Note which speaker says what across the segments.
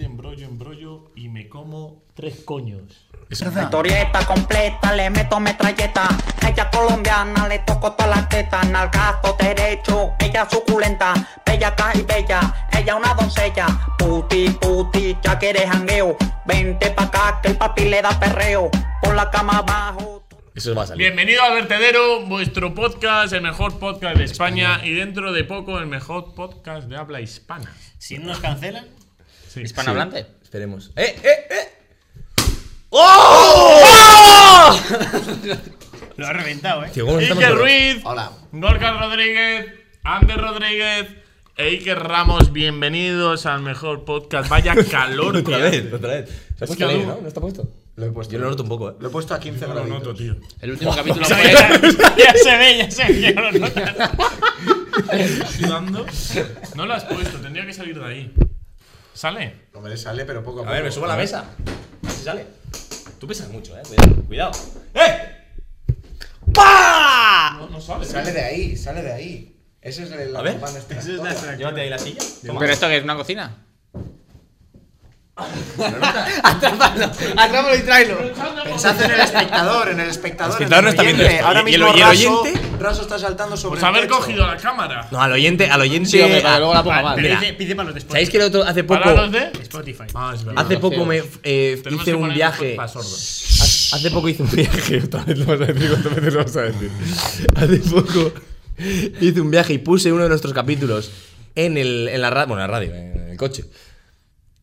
Speaker 1: embrollo, embrollo y me como tres coños.
Speaker 2: Es
Speaker 3: ¿Verdad?
Speaker 4: Historieta completa, le meto metralleta. Ella colombiana, le toco toda la teta. Nalgazo derecho, ella suculenta. Bella caja y bella, ella una doncella. Puti, puti, ya que eres jangueo. Vente pa' acá que el papi le da perreo. Por la cama abajo.
Speaker 2: Eso va a salir.
Speaker 5: Bienvenido a Vertedero, vuestro podcast, el mejor podcast de España, y dentro de poco el mejor podcast de habla hispana.
Speaker 1: Si no nos cancelan,
Speaker 5: Sí.
Speaker 2: Hispanohablante. Esperemos. ¡Eh, eh, eh! ¡Oh!
Speaker 1: lo ha reventado, ¿eh?
Speaker 2: Tío, ¿cómo nos estamos
Speaker 5: Iker
Speaker 2: tocando?
Speaker 5: Ruiz,
Speaker 3: Hola.
Speaker 5: Gorka Rodríguez, Ander Rodríguez e Iker Ramos, bienvenidos al mejor podcast. Vaya calor
Speaker 2: Otra
Speaker 5: que
Speaker 2: vez,
Speaker 5: hace.
Speaker 2: otra vez. Se ha puesto
Speaker 5: que
Speaker 2: bien,
Speaker 5: no-
Speaker 2: ¿no? ¿No está puesto?
Speaker 3: Lo he puesto.
Speaker 2: Yo lo noto un poco, ¿eh?
Speaker 3: Lo he puesto a 15
Speaker 5: No lo
Speaker 3: grados.
Speaker 5: noto, tío.
Speaker 6: El último capítulo
Speaker 1: Ya,
Speaker 6: fue.
Speaker 1: ya se ve, ya se ve. ya lo notas.
Speaker 5: Sudando. No lo has puesto, tendría que salir de ahí. ¿Sale?
Speaker 3: No me sale, pero poco a
Speaker 2: A
Speaker 3: poco.
Speaker 2: ver, me subo a la mesa. A ver si sale. Tú pesas mucho, ¿eh? Cuidado. Cuidado. ¡Eh! ¡Pa!
Speaker 5: No, no sale.
Speaker 3: Sale de ahí, sale de ahí. Esa es este. la- la
Speaker 2: A ver.
Speaker 3: comanda extra.
Speaker 5: Esa es la extra.
Speaker 2: Llévate ahí la silla. Toma.
Speaker 6: ¿Pero esto que es una cocina?
Speaker 3: Atrápalo y tráelo. Pensad en el espectador, en el espectador.
Speaker 2: El espectador
Speaker 3: en
Speaker 2: no está viendo
Speaker 3: oyente.
Speaker 2: esto.
Speaker 3: Ahora
Speaker 2: Y- y
Speaker 3: mismo
Speaker 2: el- y el
Speaker 3: Raso,
Speaker 2: oyente-
Speaker 3: Raso está saltando sobre
Speaker 5: Pues
Speaker 3: el
Speaker 5: haber
Speaker 3: techo.
Speaker 5: cogido la cámara.
Speaker 2: No, al oyente, al oyente.
Speaker 6: Sí, hombre,
Speaker 2: ah,
Speaker 6: para que luego la ponga mal.
Speaker 2: Mira.
Speaker 1: Pide, pide para los de Spotify.
Speaker 2: ¿Sabéis que el otro hace poco,
Speaker 5: ¿Para los de?
Speaker 1: Spotify.
Speaker 5: Ah, es verdad.
Speaker 2: hace poco me eh,
Speaker 5: Tenemos
Speaker 2: hice
Speaker 5: que
Speaker 2: un
Speaker 5: poner
Speaker 2: viaje?
Speaker 5: pa' sordos.
Speaker 2: Hace hace poco hice un viaje, otra vez lo vas a decir, cuántas veces lo vas a decir. Hace poco hice un viaje y puse uno de nuestros capítulos en, el, en la radio, bueno, en la radio, en el coche.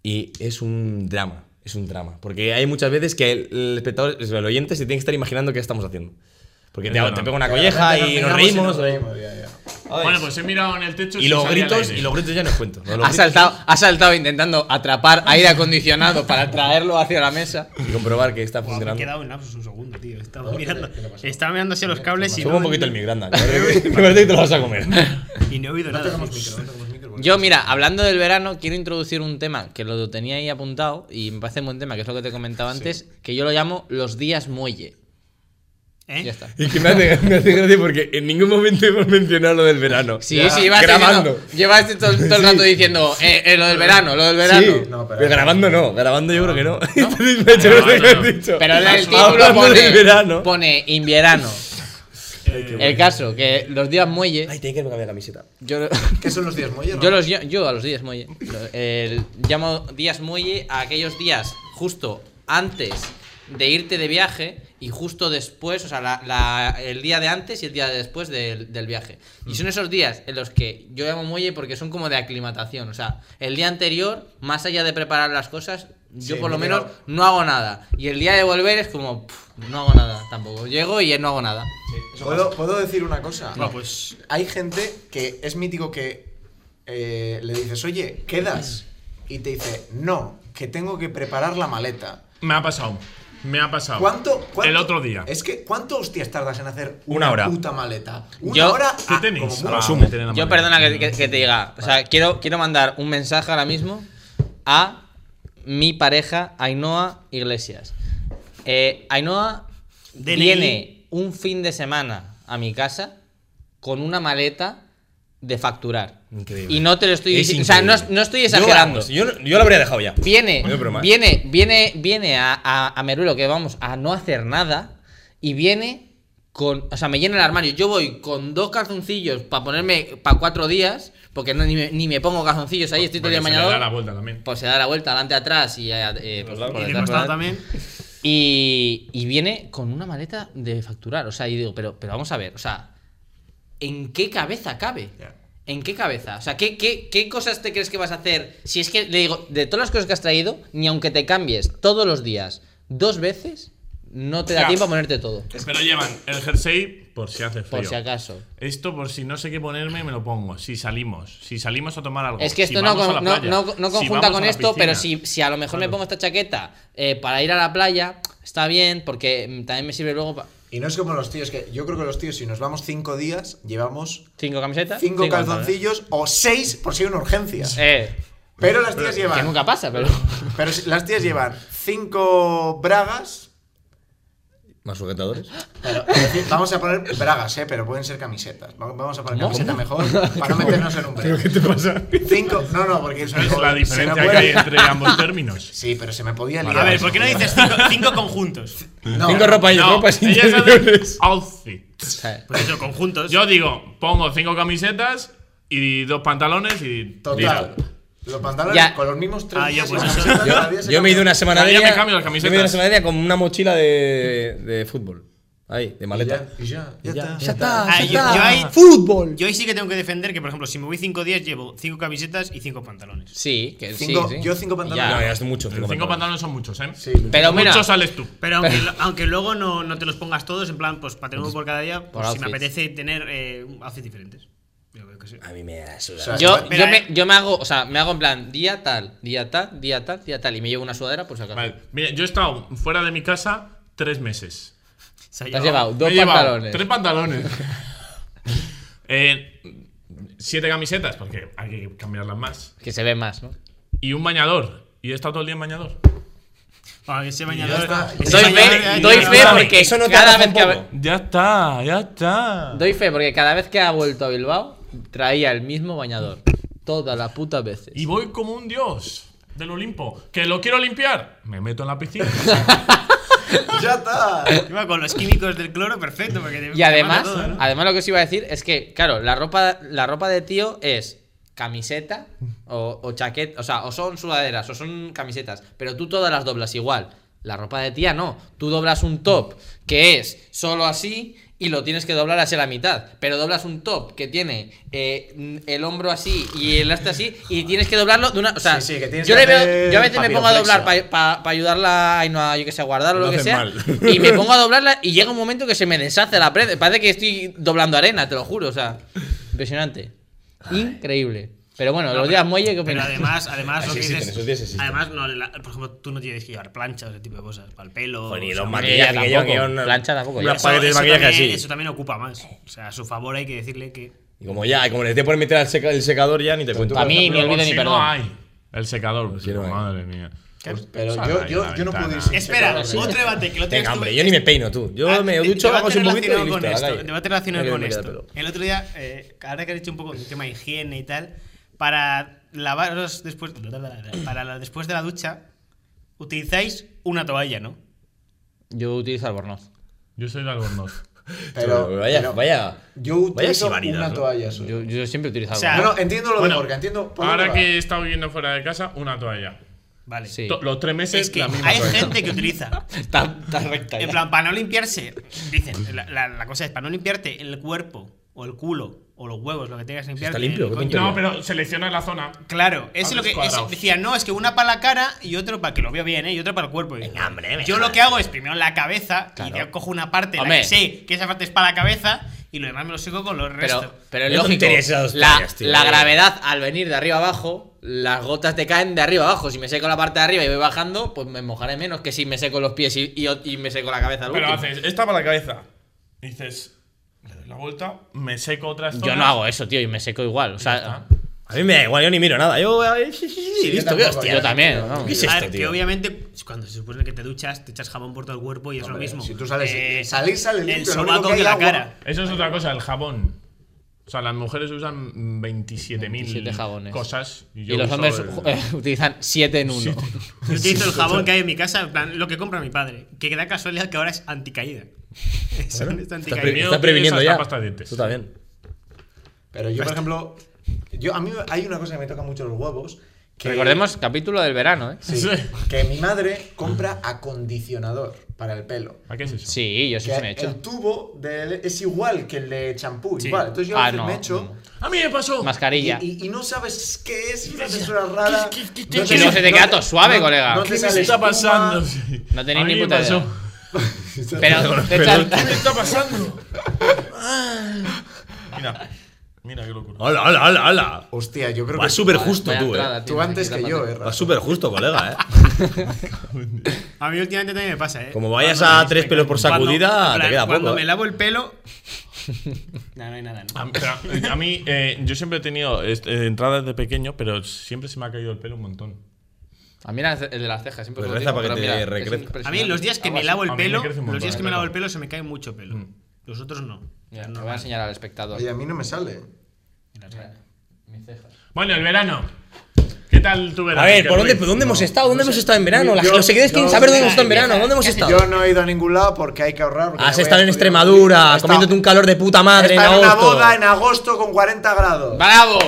Speaker 2: Y es un drama, es un drama. Porque hay muchas veces que el, el espectador, o sea, el oyente se tiene que estar imaginando qué estamos haciendo. Porque
Speaker 5: Es
Speaker 2: te, hago-
Speaker 5: verdad.
Speaker 2: te pego una
Speaker 3: De repente
Speaker 2: colleja
Speaker 3: nos
Speaker 2: y nos
Speaker 3: miramos
Speaker 2: reímos.
Speaker 3: nos reímos, ya, ya.
Speaker 2: ¿sabes?
Speaker 5: Bueno, pues he mirado en el techo
Speaker 2: y
Speaker 5: si
Speaker 2: los
Speaker 5: salía el
Speaker 2: gritos,
Speaker 5: aire.
Speaker 2: y los gritos ya no os cuento. Los
Speaker 6: Ha
Speaker 2: gritos-
Speaker 6: saltado, ha saltado intentando atrapar aire acondicionado para traerlo hacia la mesa.
Speaker 2: Y comprobar que está
Speaker 1: Guau, me he
Speaker 2: funcionando.
Speaker 1: quedado en lapsus un segundo, tío. Estaba
Speaker 3: ¿Qué le-
Speaker 1: mirando,
Speaker 3: qué le pasó?
Speaker 1: estaba mirando hacia los cables y
Speaker 2: Sube un
Speaker 1: no-
Speaker 2: poquito el migranda. Me parece que- me parece que te lo vas a comer.
Speaker 1: Y no he oído
Speaker 3: No
Speaker 1: nada.
Speaker 3: tenemos micro, no tenemos micro. porque-
Speaker 6: Yo, mira, hablando del verano, quiero introducir un tema que lo tenía ahí apuntado y me parece un buen tema, que es lo que te comentaba antes, que yo lo llamo los días muelle.
Speaker 1: ¿Eh?
Speaker 6: Ya está.
Speaker 2: Y que me hace, me hace gracia porque en ningún momento hemos mencionado lo del verano.
Speaker 6: Sí,
Speaker 2: Ya,
Speaker 6: sí, llevas
Speaker 2: grabando.
Speaker 6: diciendo- llevas todo, todo el rato diciendo eh, eh, lo del verano, lo del verano.
Speaker 2: Sí,
Speaker 3: No, pero-
Speaker 2: pero grabando no, grabando yo creo que no. Entonces me ha hecho
Speaker 5: No,
Speaker 2: gracia que
Speaker 5: no,
Speaker 2: has
Speaker 5: no.
Speaker 2: dicho.
Speaker 6: Pero en el título
Speaker 2: Hablando del
Speaker 6: pone,
Speaker 2: verano.
Speaker 6: pone invierano.
Speaker 5: Eh,
Speaker 6: El caso, que los días muelle,
Speaker 2: Ay, tengo que cambiar la camiseta.
Speaker 6: yo,
Speaker 3: ¿Qué son los días muelle?
Speaker 6: yo,
Speaker 3: no?
Speaker 6: los, ll- yo a los días muelle, lo- el- llamo días muelle a aquellos días justo antes de irte de viaje y justo después, o sea, la- la- el día de antes y el día de después del, del viaje. Y
Speaker 3: Mm.
Speaker 6: son esos días en los que yo llamo muelle porque son como de aclimatación, o sea, el día anterior, más allá de preparar las cosas, yo
Speaker 3: Sí,
Speaker 6: por lo
Speaker 3: muy
Speaker 6: menos
Speaker 3: claro.
Speaker 6: no hago nada. Y el día de volver es como, pff, no hago nada tampoco. Llego y eh, no hago nada.
Speaker 3: ¿Puedo, puedo decir una cosa?
Speaker 5: Bueno, pues
Speaker 3: Hay gente que es mítico que eh, le dices, oye, ¿quedas? Y te dice, no, que tengo que preparar la maleta.
Speaker 5: me ha pasado. Me ha pasado.
Speaker 3: ¿Cuánto, cuánto-
Speaker 5: El otro día.
Speaker 3: Es que, ¿cuánto hostias tardas en hacer
Speaker 2: Una hora.
Speaker 3: puta maleta? Una
Speaker 6: Yo-
Speaker 3: hora.
Speaker 5: ¿Qué
Speaker 3: ah,
Speaker 5: tenéis?
Speaker 3: como
Speaker 5: Para
Speaker 3: mucho.
Speaker 5: meter en la
Speaker 6: Yo
Speaker 5: maleta.
Speaker 6: perdona que, que- que te diga. O sea, quiero, quiero mandar un mensaje ahora mismo a mi pareja Ainhoa Iglesias. Eh, Ainhoa
Speaker 1: DNI.
Speaker 6: viene un fin de semana a mi casa con una maleta de facturar.
Speaker 2: Increíble.
Speaker 6: Y no te lo estoy
Speaker 2: Es
Speaker 6: diciendo. O sea, no,
Speaker 2: increíble.
Speaker 6: no estoy
Speaker 2: Yo,
Speaker 6: exagerando.
Speaker 2: vamos, Yo, no- yo lo habría dejado ya.
Speaker 6: Viene,
Speaker 2: No es broma, ¿eh?
Speaker 6: viene, viene, viene a, a, a Meruelo, que vamos a no hacer nada, y viene con. O sea, me llena el armario. Yo voy con dos calzoncillos para ponerme para cuatro días, porque no, ni, me, ni me pongo calzoncillos ahí, estoy todo el día
Speaker 5: Porque se le da la
Speaker 6: mañana.
Speaker 5: vuelta también.
Speaker 6: Pues se da la vuelta, adelante, atrás y. eh, pues,
Speaker 2: lados.
Speaker 6: por
Speaker 1: Y de
Speaker 6: detrás,
Speaker 1: costado
Speaker 6: por delante.
Speaker 1: también.
Speaker 6: Y, y viene con una maleta de facturar. O sea, y digo, pero, pero vamos a ver, o sea, ¿en qué cabeza cabe?
Speaker 3: Ya.
Speaker 6: ¿En qué cabeza? O sea, ¿qué, qué, qué cosas te crees que vas a hacer? Si es que, le digo, de todas las cosas que has traído, ni aunque te cambies todos los días dos veces, no te da
Speaker 5: Ya.
Speaker 6: tiempo a ponerte todo.
Speaker 5: Pero llevan el jersey por si hace frío.
Speaker 6: Por si acaso.
Speaker 5: Esto por si no sé qué ponerme me lo pongo. Si salimos, si salimos a tomar algo.
Speaker 6: Es que esto
Speaker 5: si
Speaker 6: no,
Speaker 5: vamos
Speaker 6: con-
Speaker 5: a la
Speaker 6: no,
Speaker 5: playa,
Speaker 6: no- no
Speaker 5: si
Speaker 6: conjunta
Speaker 5: vamos
Speaker 6: con
Speaker 5: a la
Speaker 6: esto, pero si,
Speaker 5: piscina.
Speaker 6: si a lo mejor me pongo esta chaqueta eh, para ir a la playa, está bien, porque mm, también me sirve luego para.
Speaker 3: Y no es como los tíos, que yo creo que los tíos, si nos vamos cinco días, llevamos
Speaker 6: ¿Cinco camisetas?
Speaker 3: cinco
Speaker 5: ¿eh?
Speaker 6: pantalones.
Speaker 3: calzoncillos o seis por si hay una urgencia.
Speaker 6: Eh,
Speaker 3: Pero las tías
Speaker 6: que
Speaker 3: llevan.
Speaker 6: nunca pasa, pero.
Speaker 3: Pero si- las tías llevan cinco bragas,
Speaker 2: Más sujetadores.
Speaker 3: Pero, en fin, vamos a poner bragas, ¿eh? Pero pueden ser camisetas. Va- Vamos a poner
Speaker 6: ¿Cómo?
Speaker 3: camiseta mejor para no meternos en un brete.
Speaker 2: te pasa?
Speaker 3: Cinco. No, no, porque se me-
Speaker 5: Es la
Speaker 3: se me
Speaker 5: diferencia
Speaker 3: puede-
Speaker 5: que hay entre ambos términos.
Speaker 3: Sí, pero se me podía liar.
Speaker 1: A ver, ¿por qué no dices cinco, cinco conjuntos?
Speaker 3: No,
Speaker 2: Cinco ropa y
Speaker 5: No,
Speaker 2: ropas
Speaker 5: ellas hacen
Speaker 2: interiores.
Speaker 5: outfits.
Speaker 6: ¿sabes?
Speaker 1: Pues eso, conjuntos.
Speaker 5: Yo digo, pongo cinco camisetas y dos pantalones y.
Speaker 3: Total.
Speaker 5: listo.
Speaker 3: Los pantalones
Speaker 6: Ya.
Speaker 3: con los mismos tres.
Speaker 1: Ah, ya,
Speaker 3: días,
Speaker 1: pues
Speaker 3: las
Speaker 1: eso.
Speaker 3: camisetas cada día
Speaker 2: Yo,
Speaker 3: se
Speaker 2: yo me he ido
Speaker 3: cambian.
Speaker 2: una semana de
Speaker 5: Ahora ya me
Speaker 2: ella-
Speaker 5: cambio las
Speaker 2: yo me he ido
Speaker 5: camisetas.
Speaker 2: una semana de ella con una mochila de, de fútbol. Ahí, de
Speaker 3: Y
Speaker 2: maleta.
Speaker 3: ya, y ya, ya, está.
Speaker 1: Ah, yo, yo ahí,
Speaker 2: ¡Fútbol!
Speaker 1: yo ahí sí que tengo que defender que, por ejemplo, si me voy cinco días, llevo cinco camisetas y cinco pantalones.
Speaker 6: Sí, que sí,
Speaker 3: Cinco-
Speaker 6: sí.
Speaker 3: yo cinco pantalones.
Speaker 2: No,
Speaker 6: Ya.
Speaker 2: ya es mucho.
Speaker 5: Cinco pantalones son muchos, ¿eh?
Speaker 3: Sí, lo-
Speaker 6: Pero mira,
Speaker 5: Muchos sales tú.
Speaker 1: Pero aunque, lo- aunque luego no, no te los pongas todos, en plan, pues para tener uno por cada día,
Speaker 6: Por
Speaker 1: pues, si me
Speaker 6: outfits.
Speaker 1: apetece tener eh, outfits diferentes. Yo creo que sí.
Speaker 2: A mí me da
Speaker 3: o
Speaker 2: sudar.
Speaker 3: sea,
Speaker 6: yo,
Speaker 1: Mira,
Speaker 6: yo, me,
Speaker 1: eh.
Speaker 6: yo me hago, o sea, me hago en plan día tal, día tal, día tal, día tal. Y me llevo una sudadera por si acaso.
Speaker 5: Vale. Mira, yo he estado fuera de mi casa tres meses.
Speaker 1: Se ha
Speaker 6: Te has
Speaker 1: llevado.
Speaker 6: llevado
Speaker 5: Me
Speaker 6: dos
Speaker 5: he llevado
Speaker 6: pantalones.
Speaker 5: Tres pantalones. Eh, siete camisetas, porque hay que cambiarlas más.
Speaker 6: Que se ve más, ¿no?
Speaker 5: Y un bañador. Y he estado todo el día en bañador.
Speaker 1: Ah, ese bañador.
Speaker 3: está.
Speaker 1: ese
Speaker 6: Doy
Speaker 1: bañador-
Speaker 6: fe,
Speaker 1: eh,
Speaker 6: doy
Speaker 1: ya-
Speaker 6: fe
Speaker 1: ya-
Speaker 6: porque
Speaker 2: eso no te
Speaker 6: cada
Speaker 2: hace
Speaker 6: vez
Speaker 2: un
Speaker 6: que ha-
Speaker 2: poco.
Speaker 5: Ya está, ya está.
Speaker 6: Doy fe porque cada vez que ha vuelto a Bilbao traía el mismo bañador. Todas las putas veces.
Speaker 5: Y voy como un dios del Olimpo. Que lo quiero limpiar. Me meto en la piscina.
Speaker 3: Ya está.
Speaker 1: Iba con los químicos del cloro, perfecto. Porque te-
Speaker 6: Y
Speaker 1: te
Speaker 6: además,
Speaker 1: mata todo, ¿no?
Speaker 6: además lo que os iba a decir es que, claro, la ropa, la ropa de tío es camiseta o, o chaqueta, o sea, o son sudaderas o son camisetas, pero tú todas las doblas igual. La ropa de tía no, tú doblas un top que es solo así y lo tienes que doblar hacia la mitad, pero doblas un top que tiene eh, el hombro así y el asta así y tienes que doblarlo de una, o sea,
Speaker 3: Sí, sí, que tienes
Speaker 6: yo,
Speaker 3: que
Speaker 6: le veo,
Speaker 3: hacer
Speaker 6: yo a veces me pongo a doblar para
Speaker 3: papiroflexia.
Speaker 6: ayudarla a Ainhoa, yo que sé, a guardar o
Speaker 2: Lo
Speaker 6: lo que
Speaker 2: haces
Speaker 6: sea
Speaker 2: mal.
Speaker 6: y me pongo a doblarla y llega un momento que se me deshace la prenda. Parece que estoy doblando arena, te lo juro. O sea, impresionante. Increíble. Pero bueno,
Speaker 1: No,
Speaker 6: los
Speaker 1: pero-
Speaker 6: días muelle, ¿qué
Speaker 1: Pero
Speaker 6: opinas?
Speaker 1: además, además lo que
Speaker 2: Ah, Existen,
Speaker 1: dices-
Speaker 2: esos días existen.
Speaker 1: Además, no, la- por ejemplo, tú no tienes que llevar planchas, ese tipo de cosas, para el pelo.
Speaker 2: Joder, ni
Speaker 1: o
Speaker 2: los
Speaker 1: sea,
Speaker 6: maquillajes,
Speaker 2: maquillajes que llevan, que
Speaker 6: tampoco.
Speaker 2: llevan-
Speaker 6: Plancha tampoco,
Speaker 2: Unas
Speaker 6: ya.
Speaker 1: eso,
Speaker 2: paquetes de
Speaker 1: eso
Speaker 2: maquillaje
Speaker 1: también,
Speaker 2: así.
Speaker 1: eso también ocupa más. O sea, a su favor hay que decirle que.
Speaker 2: Y como ya, y como le dé por meter al seca- el secador ya, ni te cuento.
Speaker 6: A mí ni
Speaker 5: Pero
Speaker 6: olvido
Speaker 5: si
Speaker 6: ni
Speaker 5: No
Speaker 6: perdón.
Speaker 5: hay. El secador. pues,
Speaker 2: Sí, no hay.
Speaker 5: madre mía.
Speaker 3: Pues, Pero
Speaker 5: Sal
Speaker 3: yo,
Speaker 5: ahí
Speaker 3: yo,
Speaker 5: la
Speaker 3: yo no puedo ir
Speaker 5: ventana.
Speaker 3: sin
Speaker 1: Espera,
Speaker 3: secador,
Speaker 1: otro
Speaker 3: ¿eh?
Speaker 1: debate que lo tienes.
Speaker 2: Venga,
Speaker 1: tú-
Speaker 2: hombre, yo ni me peino, tú. Yo
Speaker 1: Ah,
Speaker 2: me
Speaker 1: de-
Speaker 2: ducho,
Speaker 1: debate
Speaker 2: hago así un poquito y
Speaker 1: relacionado
Speaker 2: listo. a
Speaker 1: con
Speaker 2: la
Speaker 1: esto,
Speaker 2: calle.
Speaker 1: Debate
Speaker 2: No
Speaker 1: relacionado
Speaker 2: quiero
Speaker 1: con
Speaker 2: que me quede
Speaker 1: esto.
Speaker 2: pelo.
Speaker 1: El otro día, eh, ahora que has dicho un poco el tema de higiene y tal, para lavaros después, para la- después de la ducha, utilizáis una toalla, ¿no?
Speaker 6: Yo utilizo albornoz.
Speaker 5: Yo soy de albornoz.
Speaker 3: Pero,
Speaker 2: vaya,
Speaker 3: pero
Speaker 2: vaya.
Speaker 3: Yo utilizo
Speaker 2: si vanidad,
Speaker 3: una
Speaker 2: ¿no?
Speaker 3: toalla solo.
Speaker 6: Yo, yo siempre utilizo
Speaker 1: O sea,
Speaker 6: albornoz.
Speaker 3: No, no, entiendo lo
Speaker 5: Bueno,
Speaker 3: de Gorka, entiendo. por
Speaker 5: Ahora
Speaker 3: dónde va.
Speaker 5: que he estado viviendo fuera de casa, una toalla.
Speaker 1: Vale.
Speaker 6: Sí.
Speaker 5: To- Los tres meses
Speaker 1: Es que
Speaker 5: la misma
Speaker 1: hay
Speaker 5: toalla.
Speaker 1: gente que utiliza
Speaker 6: Está, está recta.
Speaker 1: En
Speaker 6: ya.
Speaker 1: plan, para no limpiarse, dicen, la, la- la cosa es, para no limpiarte el cuerpo o el culo o los huevos, lo que tengas que limpiar.
Speaker 2: está limpio,
Speaker 1: el
Speaker 2: qué
Speaker 1: coño.
Speaker 2: tontería.
Speaker 5: No, pero selecciona la zona.
Speaker 1: Claro, eso es
Speaker 5: Haces
Speaker 1: lo que eso-
Speaker 5: cuadrados.
Speaker 1: decía, no, es que una para la cara y otro para que lo veo bien, ¿eh? y otra para el cuerpo. Y digo, yo lo que hago es primero la cabeza y yo cojo una parte en la
Speaker 6: Hombre.
Speaker 1: que sé que esa parte es para la cabeza y lo demás me lo sigo con los restos.
Speaker 6: Pero, pero es
Speaker 2: Yo
Speaker 6: lógico.
Speaker 2: tontería esas dos
Speaker 6: La,
Speaker 2: toallas, tío.
Speaker 6: la gravedad al venir de arriba abajo, las gotas te caen de arriba abajo. Si me seco la parte de arriba y voy bajando, pues me mojaré menos que si me seco los pies y, y- y me seco la cabeza. al
Speaker 5: Pero
Speaker 6: último.
Speaker 5: haces esta para la cabeza. Dices, le doy la vuelta, me seco otras zonas.
Speaker 6: Yo no hago ¿eh? eso, tío, y me seco igual. O sea,
Speaker 2: A mí me da igual, yo ni miro nada. Yo, eh, sí, sí, sí,
Speaker 3: Sí, yo
Speaker 2: listo, qué
Speaker 3: tampoco,
Speaker 2: hostia.
Speaker 6: yo también. ¿no?
Speaker 2: ¿Qué es
Speaker 1: A ver,
Speaker 2: esto,
Speaker 1: que
Speaker 2: tío?
Speaker 1: obviamente cuando se supone que te duchas, te echas jabón por todo el cuerpo y es lo
Speaker 3: Hombre,
Speaker 1: mismo.
Speaker 3: si tú sales-
Speaker 1: Eh,
Speaker 3: salir, sale
Speaker 1: El
Speaker 3: limpio, lo único
Speaker 1: sobaco
Speaker 3: que hay
Speaker 1: de la
Speaker 3: agua.
Speaker 1: cara.
Speaker 5: Eso es otra cosa, el jabón. O sea, las mujeres usan 27.000
Speaker 6: 27 jabones.
Speaker 5: cosas. yo
Speaker 6: Y los
Speaker 5: uso
Speaker 6: hombres eh.
Speaker 5: el-
Speaker 6: ju- utilizan 7 en 1.
Speaker 1: Yo utilizo el jabón que hay en mi casa, en plan, lo que compra mi padre. Que da casualidad que ahora es anticaída. Es es
Speaker 2: Estás
Speaker 1: anticaída.
Speaker 2: pre-
Speaker 5: miedo
Speaker 2: estás
Speaker 5: tienes
Speaker 2: previniendo
Speaker 5: hasta
Speaker 2: ya.
Speaker 5: pasta de dientes.
Speaker 2: Tú también.
Speaker 3: Pero yo, por ejemplo, yo, a mí hay una cosa que me toca mucho los huevos. Que,
Speaker 6: Recordemos, capítulo del verano, ¿eh?
Speaker 3: sí,
Speaker 5: Sí.
Speaker 3: que mi madre compra acondicionador para el pelo.
Speaker 5: ¿A qué es eso?
Speaker 6: Sí, yo sí
Speaker 3: Que
Speaker 6: se me he
Speaker 3: el
Speaker 6: hecho.
Speaker 3: tubo de- es igual que el de champú,
Speaker 1: Sí.
Speaker 3: igual. Entonces yo
Speaker 6: Ah,
Speaker 3: a veces
Speaker 6: no,
Speaker 3: me echo
Speaker 6: no.
Speaker 5: A mí me pasó.
Speaker 3: y,
Speaker 6: Mascarilla.
Speaker 3: y- y no sabes qué es, una textura rara.
Speaker 5: qué- qué-
Speaker 3: no
Speaker 5: qué-
Speaker 3: te-
Speaker 5: Y no
Speaker 6: se te queda
Speaker 3: no
Speaker 6: todo suave,
Speaker 3: no-
Speaker 6: colega.
Speaker 3: no te
Speaker 5: ¿Qué me
Speaker 3: sale
Speaker 5: está
Speaker 3: espuma.
Speaker 5: pasando?
Speaker 6: No tenéis
Speaker 5: A
Speaker 6: ni
Speaker 5: mí me
Speaker 6: puta idea.
Speaker 5: pasó.
Speaker 6: Pero te
Speaker 5: ¿Qué me
Speaker 6: echan-
Speaker 5: está pasando? Mira, mira qué locura.
Speaker 2: Hola, hola, hola, hola.
Speaker 3: Hostia, yo creo que
Speaker 2: Vas súper justo
Speaker 6: Vaya
Speaker 2: tú,
Speaker 6: entrada,
Speaker 2: eh.
Speaker 6: tío,
Speaker 3: tú antes
Speaker 6: aquí
Speaker 3: que
Speaker 6: la
Speaker 3: yo,
Speaker 6: pata.
Speaker 3: eh. Rafa.
Speaker 2: Vas súper justo, colega, eh.
Speaker 1: A mí últimamente también me pasa, ¿eh?
Speaker 2: Como vayas
Speaker 1: Cuando
Speaker 2: a
Speaker 1: me-
Speaker 2: tres pelos por
Speaker 1: cuando-
Speaker 2: sacudida,
Speaker 1: en plan,
Speaker 2: te queda
Speaker 1: Cuando
Speaker 2: poco,
Speaker 1: me
Speaker 2: eh.
Speaker 1: lavo el pelo. No, no hay nada. ¿no?
Speaker 5: A, pero, a mí, eh, yo siempre he tenido este, entradas de pequeño, pero siempre se me ha caído el pelo un montón.
Speaker 6: A mí la- el de las cejas, siempre
Speaker 2: Pues
Speaker 6: lo
Speaker 2: reza
Speaker 6: digo,
Speaker 2: para que
Speaker 6: pero
Speaker 2: te
Speaker 6: mira, es
Speaker 2: recrezca.
Speaker 1: A mí los días que me
Speaker 5: Aguas, Ah,
Speaker 1: lavo
Speaker 5: pues, a
Speaker 1: el
Speaker 5: mí me
Speaker 1: pelo,
Speaker 5: crece un
Speaker 1: los días
Speaker 5: montón, Mm.
Speaker 1: que me lavo
Speaker 5: claro.
Speaker 1: el pelo se me cae mucho pelo. Los otros no.
Speaker 6: Mira,
Speaker 1: Es
Speaker 6: lo voy a
Speaker 1: normal.
Speaker 6: enseñar al espectador.
Speaker 3: Oye, a mí no me sale.
Speaker 1: Mira,
Speaker 6: Mis cejas.
Speaker 5: Bueno, el verano. ¿Qué tal tu verano?
Speaker 2: A ver,
Speaker 5: Iker
Speaker 2: ¿por dónde,
Speaker 5: Ruiz?
Speaker 2: ¿dónde hemos estado? ¿Dónde hemos estado en verano? La-
Speaker 3: yo-
Speaker 2: los seguidores quieren
Speaker 3: yo-
Speaker 2: saber dónde hemos estado
Speaker 3: mira,
Speaker 2: en verano. ¿Dónde hemos estado?
Speaker 3: Yo no he ido a ningún lado porque hay que ahorrar. porque
Speaker 2: Has
Speaker 3: me voy
Speaker 2: estado
Speaker 3: a
Speaker 2: en
Speaker 3: estudiar.
Speaker 2: Extremadura,
Speaker 3: Está-
Speaker 2: comiéndote un calor de puta madre en
Speaker 3: Está en una
Speaker 2: agosto.
Speaker 3: boda en agosto con 40 grados.
Speaker 6: ¡Bravo!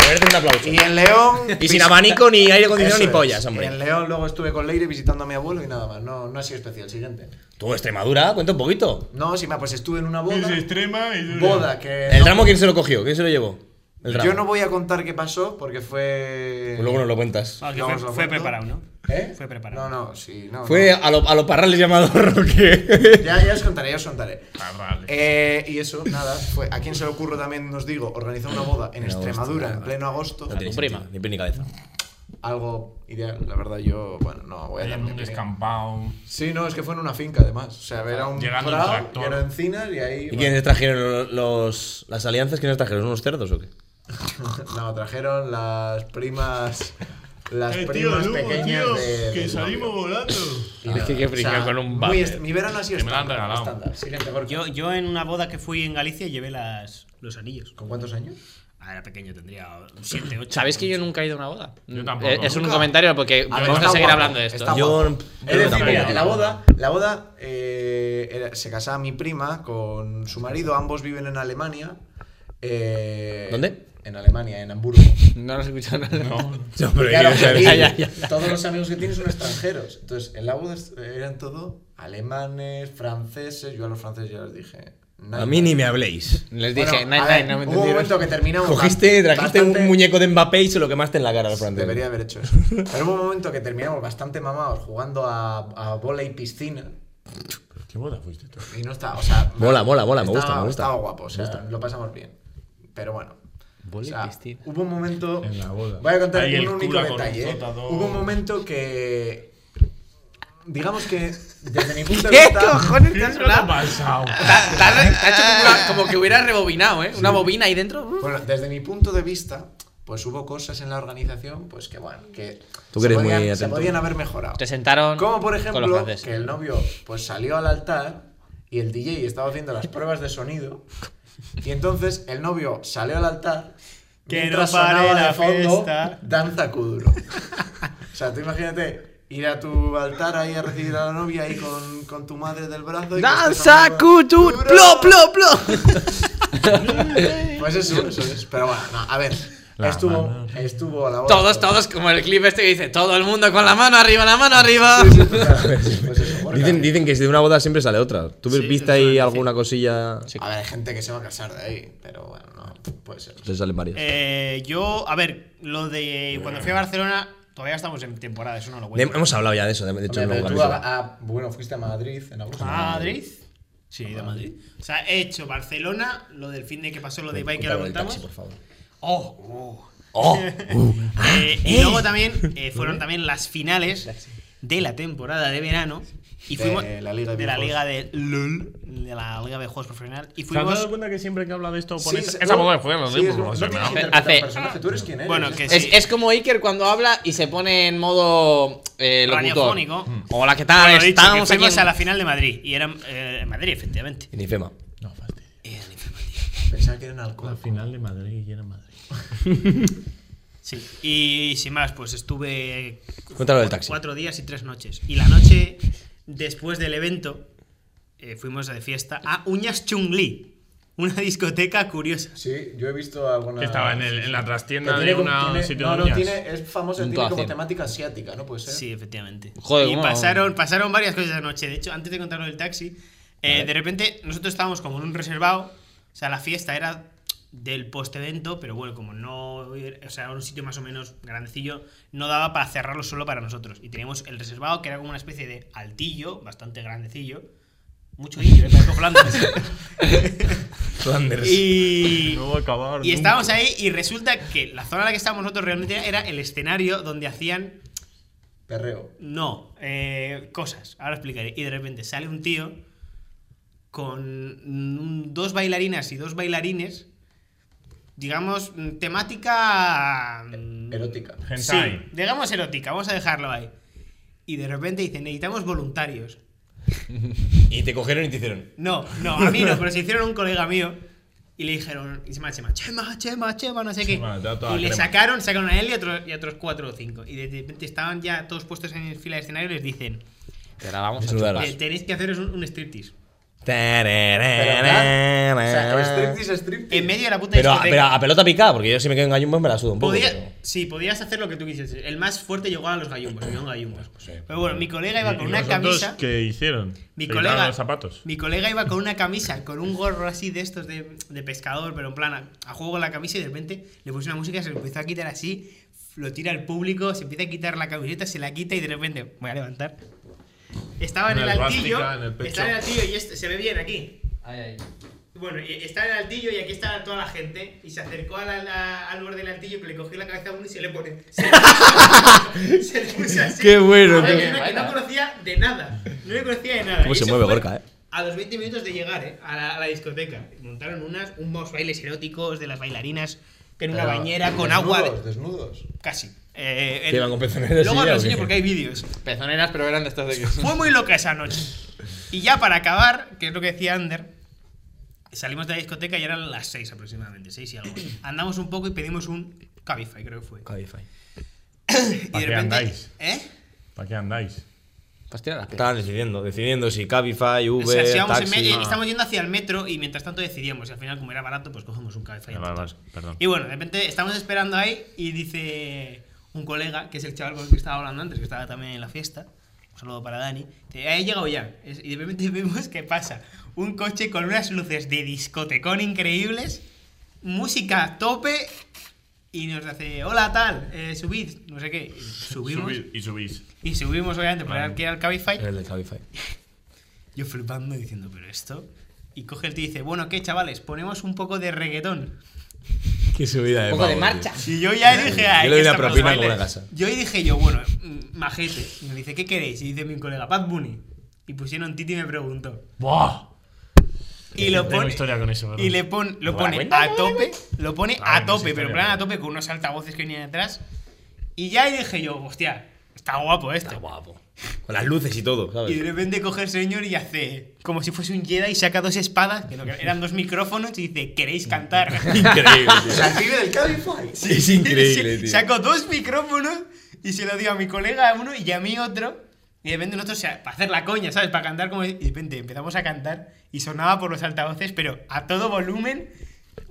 Speaker 2: Ponerte un aplauso.
Speaker 3: Y en León.
Speaker 2: Y sin abanico, ni aire
Speaker 3: Eso
Speaker 2: acondicionado, ni
Speaker 3: es.
Speaker 2: pollas,
Speaker 3: Y en
Speaker 2: hombre.
Speaker 3: León luego estuve con Leire visitando a mi abuelo y nada más. No, no ha sido especial. Siguiente.
Speaker 2: Tú, Extremadura, cuenta un poquito.
Speaker 3: No, sí, ma, pues estuve en una boda.
Speaker 5: Es extrema y dura.
Speaker 3: Boda que.
Speaker 2: ¿El
Speaker 3: Eh, no-
Speaker 2: ramo quién se lo cogió? ¿Quién se lo llevó? El ramo.
Speaker 3: yo no voy a contar qué pasó porque fue.
Speaker 2: Pues Luego nos lo cuentas.
Speaker 1: Ah, que
Speaker 3: No,
Speaker 1: fue,
Speaker 3: os lo
Speaker 1: fue
Speaker 3: cuento.
Speaker 1: preparado, ¿no?
Speaker 3: ¿Eh?
Speaker 1: Fue preparado.
Speaker 3: No, no, sí, no.
Speaker 2: Fue
Speaker 3: no.
Speaker 2: a los a lo parrales llamado Roque.
Speaker 3: Ya, ya os contaré, ya os contaré.
Speaker 5: Ah, vale.
Speaker 3: Eh, y eso, nada, fue. ¿A quién se le ocurre también, nos digo, organizar una boda en,
Speaker 2: En agosto,
Speaker 3: Extremadura
Speaker 2: nada.
Speaker 3: en pleno agosto?
Speaker 2: No tiene
Speaker 6: tu prima.
Speaker 2: sentido, Ni pie ni cabeza.
Speaker 3: Algo ideal, la verdad, yo, bueno, no voy a dar
Speaker 5: En
Speaker 3: mi
Speaker 5: un
Speaker 3: opinión.
Speaker 5: descampado.
Speaker 3: Sí, no, es que fue en una finca además. O sea, era un
Speaker 5: Llegando en
Speaker 3: prado,
Speaker 5: tractor.
Speaker 3: era encinas y ahí.
Speaker 2: ¿Y quiénes trajeron lo- los, las alianzas? ¿Quiénes trajeron? ¿Unos cerdos o qué?
Speaker 3: No, trajeron las primas. Las
Speaker 5: Eh, tío,
Speaker 3: primas
Speaker 5: Lugo,
Speaker 3: pequeñas
Speaker 5: tío,
Speaker 3: de.
Speaker 5: que
Speaker 3: del
Speaker 5: salimos
Speaker 3: novio.
Speaker 5: volando.
Speaker 3: Y nada,
Speaker 2: Es que qué frica con un
Speaker 3: muy
Speaker 2: váter.
Speaker 3: est- Mi verano ha sido
Speaker 5: Que me la han
Speaker 3: estándar,
Speaker 5: regalado.
Speaker 3: estándar. Siguiente, Gorka.
Speaker 1: Yo, yo en una boda que fui en Galicia llevé las, los anillos.
Speaker 3: ¿Con cuántos años?
Speaker 1: Ah, era pequeño, tendría 7, 8.
Speaker 6: ¿Sabéis que yo nunca he ido a una boda?
Speaker 5: Yo tampoco.
Speaker 6: Eh, es un
Speaker 3: Nunca.
Speaker 6: comentario porque
Speaker 3: A ver,
Speaker 6: vamos
Speaker 3: está
Speaker 6: a seguir
Speaker 3: guapo,
Speaker 6: hablando de esto.
Speaker 3: está
Speaker 2: Yo-
Speaker 3: guapo.
Speaker 2: yo
Speaker 3: Es decir,
Speaker 2: tampoco,
Speaker 3: mira,
Speaker 2: tío.
Speaker 3: la boda, la boda eh, era- se casaba mi prima con su marido, ambos viven en Alemania. eh,
Speaker 2: ¿Dónde?
Speaker 3: En Alemania, en Hamburgo.
Speaker 6: No nos escuchan nada.
Speaker 2: No, pero
Speaker 3: Claro,
Speaker 2: yo-
Speaker 3: aquí
Speaker 6: ya, ya, ya.
Speaker 3: todos los amigos que tienes son extranjeros. Entonces, en la boda est- eran todo alemanes, franceses. Yo a los franceses ya les dije. nada.
Speaker 2: A mí ni me habléis.
Speaker 6: Les
Speaker 3: Bueno,
Speaker 6: dije, nine,
Speaker 3: a
Speaker 6: nine,
Speaker 3: ver,
Speaker 6: no me
Speaker 3: hubo un momento
Speaker 6: entendieron.
Speaker 3: que terminamos.
Speaker 2: Cogiste, trajiste
Speaker 3: bastante-
Speaker 2: un muñeco de Mbappé y se lo quemaste en la cara al francés.
Speaker 3: Debería haber hecho eso. Pero hubo un momento que terminamos bastante mamados jugando a, a bola y piscina.
Speaker 5: ¿Qué boda fuiste tú?
Speaker 3: Y no está, o sea.
Speaker 2: Mola, mola, mola, me
Speaker 3: estaba-
Speaker 2: gusta, me gusta.
Speaker 3: Estaba guapo, o sea, lo pasamos bien. Pero bueno. o
Speaker 6: Bola y
Speaker 3: sea,
Speaker 6: piscina.
Speaker 3: Hubo un momento.
Speaker 5: En la boda.
Speaker 3: Voy a contar
Speaker 5: Ahí el
Speaker 3: un único
Speaker 5: cura con un
Speaker 3: detalle. ¿eh?
Speaker 5: flotador.
Speaker 3: Hubo un momento que. Digamos que, desde mi punto de
Speaker 6: ¿Qué
Speaker 3: vista.
Speaker 6: cojones te
Speaker 5: ¿Qué
Speaker 6: has
Speaker 5: es lo que ha
Speaker 6: hablado?
Speaker 5: pasado?
Speaker 6: Te ha- te ha re- te ha hecho como, una- como que hubiera rebobinado, ¿eh? Una bobina ahí dentro.
Speaker 3: Bueno, desde mi punto de vista, pues hubo cosas en la organización, pues que bueno, que.
Speaker 2: Tú
Speaker 3: se
Speaker 2: que eres muy
Speaker 3: podían- Se
Speaker 2: atento.
Speaker 3: podían haber mejorado.
Speaker 6: Te sentaron
Speaker 3: Como por
Speaker 6: con los
Speaker 3: ejemplo,
Speaker 6: franceses.
Speaker 3: que el novio pues salió al altar y el DJ estaba haciendo las pruebas de sonido. Y entonces el novio salió al altar
Speaker 1: Que
Speaker 3: mientras
Speaker 1: no pare
Speaker 3: sonaba
Speaker 1: la
Speaker 3: de fondo
Speaker 1: fiesta.
Speaker 3: Danza Kuduro. O sea, tú imagínate ir a tu altar ahí a recibir a la novia ahí con, con tu madre del brazo. y que estés
Speaker 6: Danza,
Speaker 3: sonando-
Speaker 6: cutu,
Speaker 3: Kuduro.
Speaker 6: plo, plo, plo.
Speaker 3: Pues eso, eso es. Pero bueno, no, a ver.
Speaker 5: La
Speaker 3: estuvo,
Speaker 5: mano.
Speaker 3: estuvo a la boda.
Speaker 6: Todos, todos, como el clip este que dice, todo el mundo con la mano arriba, la mano arriba.
Speaker 3: Sí, sí, total. Pues eso, Gorka.
Speaker 2: Dicen, dicen que si de una boda siempre sale otra. ¿Tú viste ahí alguna cosilla?
Speaker 3: A ver, hay gente que se va a casar de ahí, pero bueno, no puede ser.
Speaker 2: Se salen varias.
Speaker 1: Eh, yo, a ver, lo de cuando fui a Barcelona, todavía estamos en temporada, eso no lo
Speaker 2: De-
Speaker 1: cuento.
Speaker 2: hemos hablado ya de eso, de, de hecho.
Speaker 3: Hombre,
Speaker 2: en
Speaker 3: pero
Speaker 2: algún
Speaker 3: tú
Speaker 2: capítulo.
Speaker 3: a- a- bueno, fuiste a Madrid en agosto.
Speaker 1: ¿Madrid? Sí, he ido a Madrid. O sea, he hecho Barcelona, lo del fin de que pasó, lo de Ibai que lo
Speaker 2: Cuéntalo del taxi,
Speaker 1: contamos.
Speaker 2: por favor.
Speaker 1: Oh, oh.
Speaker 2: ¡Oh! Uh.
Speaker 1: Eh, y luego también eh, fueron también las finales de la temporada de verano. Y
Speaker 3: De
Speaker 1: fuimos
Speaker 3: la Liga de
Speaker 1: de la
Speaker 3: Videojuegos.
Speaker 1: Liga de LOL, de la Liga de Juegos Profesional.
Speaker 5: ¿Te
Speaker 1: Y
Speaker 5: has
Speaker 1: fuimos.
Speaker 5: dado cuenta que siempre que habla de esto
Speaker 3: Sí,
Speaker 5: pones
Speaker 3: se-
Speaker 5: esa
Speaker 3: no,
Speaker 5: boda de juego?
Speaker 3: sí, es como- no tienes que
Speaker 5: no,
Speaker 3: interpretar
Speaker 6: Hace-
Speaker 3: personaje, tú eres quien eres.
Speaker 1: Bueno, que
Speaker 6: Es,
Speaker 1: sí.
Speaker 6: es como Iker cuando habla y se pone en modo eh, locutor.
Speaker 1: Radiofónico.
Speaker 6: Mm. Hola, ¿qué tal?
Speaker 1: Bueno, lo dicho, que
Speaker 6: Estamos aquí
Speaker 1: fuimos
Speaker 6: en-
Speaker 1: a la final de Madrid. Y era eh, en Madrid, efectivamente.
Speaker 2: En IFEMA.
Speaker 5: no, fastidio.
Speaker 3: Pensaba que eran
Speaker 5: La
Speaker 3: alcohol.
Speaker 5: final de Madrid y era Madrid.
Speaker 1: Sí. Y sin más, pues estuve
Speaker 2: Cuéntalo del taxi.
Speaker 1: cuatro días y tres noches. Y la noche después del evento eh, fuimos de fiesta a Uñas Chungli, una discoteca curiosa.
Speaker 3: Sí, yo he visto alguna.
Speaker 5: Que estaba en, el- en la trastienda
Speaker 3: Que
Speaker 5: de
Speaker 3: tiene como-
Speaker 5: una
Speaker 3: tiene-
Speaker 5: sitio
Speaker 3: no,
Speaker 5: de
Speaker 3: no,
Speaker 5: uñas.
Speaker 3: tiene, es famosa,
Speaker 6: Un
Speaker 3: tiene como
Speaker 6: toacín.
Speaker 3: temática asiática, ¿no puede ser?
Speaker 1: Sí, efectivamente.
Speaker 6: Joder,
Speaker 1: y
Speaker 6: ¿cómo?
Speaker 1: pasaron, pasaron varias cosas esa noche. De hecho, antes de contarlo del taxi, eh, de repente nosotros estábamos como en un reservado. O sea, la fiesta era del post-evento, pero bueno, como no. O sea, era un sitio más o menos grandecillo, no daba para cerrarlo solo para nosotros. Y teníamos el reservado, que era como una especie de altillo, bastante grandecillo. Mucho guillo, ¿eh? Parezco Flanders.
Speaker 2: Flanders.
Speaker 1: y.
Speaker 5: No va a acabar.
Speaker 1: Y
Speaker 5: nunca.
Speaker 1: estábamos ahí y resulta que la zona en la que estábamos nosotros realmente era el escenario donde hacían
Speaker 3: Perreo.
Speaker 1: no, eh, cosas, ahora explicaré. Y de repente sale un tío con mm, dos bailarinas y dos bailarines digamos, mm, temática. mm,
Speaker 3: Erótica.
Speaker 5: Hentai.
Speaker 1: Sí, digamos erótica, vamos a dejarlo ahí. Y de repente dicen, necesitamos voluntarios.
Speaker 2: Y te cogieron y te hicieron.
Speaker 1: No, no, a mí no, pero se hicieron a un colega mío y le dijeron, y se llama Chema, Chema, Chema, Chema, no sé qué.
Speaker 5: Chema, te da toda
Speaker 1: y
Speaker 5: la
Speaker 1: le
Speaker 5: crema.
Speaker 1: sacaron, sacaron a él y, a otro- y a otros cuatro o cinco. Y de repente estaban ya todos puestos en fila de escenario y les dicen,
Speaker 6: Te la vamos a
Speaker 2: Desnudaros.
Speaker 1: "Eh, tenéis que haceros un, un striptease.
Speaker 3: Pero, en plan, o sea, striptease,
Speaker 1: En medio
Speaker 3: striptease.
Speaker 1: de la puta
Speaker 2: Pero a,
Speaker 1: discoteca.
Speaker 2: pero a pelota picada, porque yo si me quedo en gallumbos me la sudo un poco.
Speaker 1: Podía-
Speaker 2: pero-
Speaker 1: sí, podías hacer lo que tú quisieses. El más fuerte llegó a los gallumbos, y no gallumbos.
Speaker 2: Pues, Sí.
Speaker 1: Pero bueno, mi colega
Speaker 5: ¿Y
Speaker 1: iba con una
Speaker 5: los otros
Speaker 1: camisa.
Speaker 5: qué hicieron?
Speaker 1: Mi
Speaker 5: ¿Se quitaron
Speaker 1: colega,
Speaker 5: los zapatos?
Speaker 1: mi colega iba con una camisa, con un gorro así de estos de, de pescador, pero en plan a, a juego con la camisa y de repente le puse una música, se lo empezó a quitar así, lo tira al público, se empieza a quitar la camiseta, se la quita y de repente, voy a levantar. Estaba en
Speaker 5: Una
Speaker 1: el altillo,
Speaker 5: esvástica en el pecho.
Speaker 1: estaba en el altillo y este- se ve bien aquí.
Speaker 6: Ahí, ahí.
Speaker 1: Bueno, y estaba en el altillo y aquí estaba toda la gente y se acercó a la- la- al borde del altillo que le cogió la cabeza a uno y se le pone. Se le, se le puso así.
Speaker 2: Qué bueno,
Speaker 1: Ahora,
Speaker 2: tío.
Speaker 1: que no- que no conocía de nada. No le conocía de nada.
Speaker 2: Cómo
Speaker 1: Y
Speaker 2: se
Speaker 1: eso
Speaker 2: mueve
Speaker 1: fue
Speaker 2: Gorka, eh.
Speaker 1: A los 20 minutos de llegar, eh, a la, a la discoteca. Montaron unas, unos bailes eróticos de las bailarinas en una
Speaker 3: Pero
Speaker 1: bañera con
Speaker 3: desnudos,
Speaker 1: agua.
Speaker 3: Desnudos.
Speaker 1: Casi. Eh, el-
Speaker 2: ¿Qué, iban con pezoneras
Speaker 1: Luego
Speaker 2: y ya,
Speaker 1: os lo
Speaker 2: o qué?
Speaker 1: enseño porque hay vídeos.
Speaker 6: Pezoneras, pero eran de estas de que
Speaker 1: Fue muy loca esa noche. Y ya para acabar, que es lo que decía Ander, salimos de la discoteca y eran las 6 aproximadamente, 6 y algo. Andamos un poco y pedimos un Cabify, creo que fue.
Speaker 2: Cabify.
Speaker 1: Y
Speaker 5: ¿Para
Speaker 1: de
Speaker 5: qué
Speaker 1: repente,
Speaker 5: andáis?
Speaker 1: ¿eh?
Speaker 5: ¿Para qué andáis?
Speaker 6: Para tirar las piernas.
Speaker 2: Estaban decidiendo, decidiendo si Cabify, Uber,
Speaker 1: O sea, si vamos en
Speaker 2: taxi.
Speaker 5: Ah.
Speaker 1: me- estamos yendo hacia el metro y mientras tanto decidíamos. Y al final, como era barato, pues cogemos un Cabify.
Speaker 5: Ah,
Speaker 1: entre
Speaker 5: vale,
Speaker 1: todos.
Speaker 5: vale, perdón.
Speaker 1: Y bueno, de repente estamos esperando ahí y dice un colega, que es el chaval con el que estaba hablando antes, que estaba también en la fiesta. Un saludo para Dani. Dice, "Ah, he llegado ya. Es- Y de repente vemos que pasa un coche con unas luces de discotecón increíbles, música a tope y nos hace, hola tal, eh, subid, no sé qué. Y Subimos
Speaker 5: Subid- y subís.
Speaker 1: y subimos obviamente para
Speaker 5: Vale. Eh,
Speaker 1: que era el Cabify.
Speaker 2: En el del Cabify.
Speaker 1: Yo flipando diciendo, pero esto. Y coge el tío y dice, bueno, ¿qué chavales? Ponemos un poco de reggaetón.
Speaker 2: Qué subida de
Speaker 6: Un poco de
Speaker 2: pavo,
Speaker 6: marcha.
Speaker 1: Y yo ya dije, "Ah, ay,
Speaker 2: Yo le doy
Speaker 1: que
Speaker 2: una
Speaker 1: estamos
Speaker 2: propina
Speaker 1: bailes".
Speaker 2: como una casa.
Speaker 1: Yo ahí dije yo, bueno, mm, majete. Y me dice, ¿qué queréis? Y dice mi colega, Pat Bunny. Y pusieron Titi y me preguntó.
Speaker 5: ¡Buah!
Speaker 1: Y lo
Speaker 5: Tengo
Speaker 1: pone.
Speaker 5: historia con eso,
Speaker 1: Y le pon, lo
Speaker 5: Bueno,
Speaker 1: pone
Speaker 5: cuéntame,
Speaker 1: a tope, lo pone
Speaker 5: Claro, no
Speaker 1: a
Speaker 5: es
Speaker 1: tope, pero en
Speaker 5: historia,
Speaker 1: plan a
Speaker 5: pero-
Speaker 1: tope con unos altavoces que venían detrás. Y ya ahí dije yo, hostia, está guapo este.
Speaker 2: Está guapo. Con las luces y todo,
Speaker 1: Y de
Speaker 2: ¿sabes?
Speaker 1: repente coge el señor y hace como si fuese un Jedi y saca dos espadas, que no, que eran dos micrófonos, y dice, ¿queréis cantar?
Speaker 2: Increíble,
Speaker 3: O sea, el pibe del Cabify.
Speaker 2: tío. Es increíble,
Speaker 1: Se-
Speaker 2: tío.
Speaker 1: Saco dos micrófonos y se lo dio a mi colega uno y a mí otro. Y de repente nosotros, o sea, para hacer la coña, ¿sabes? Para cantar como... Y de repente empezamos a cantar y sonaba por los altavoces, pero a todo volumen.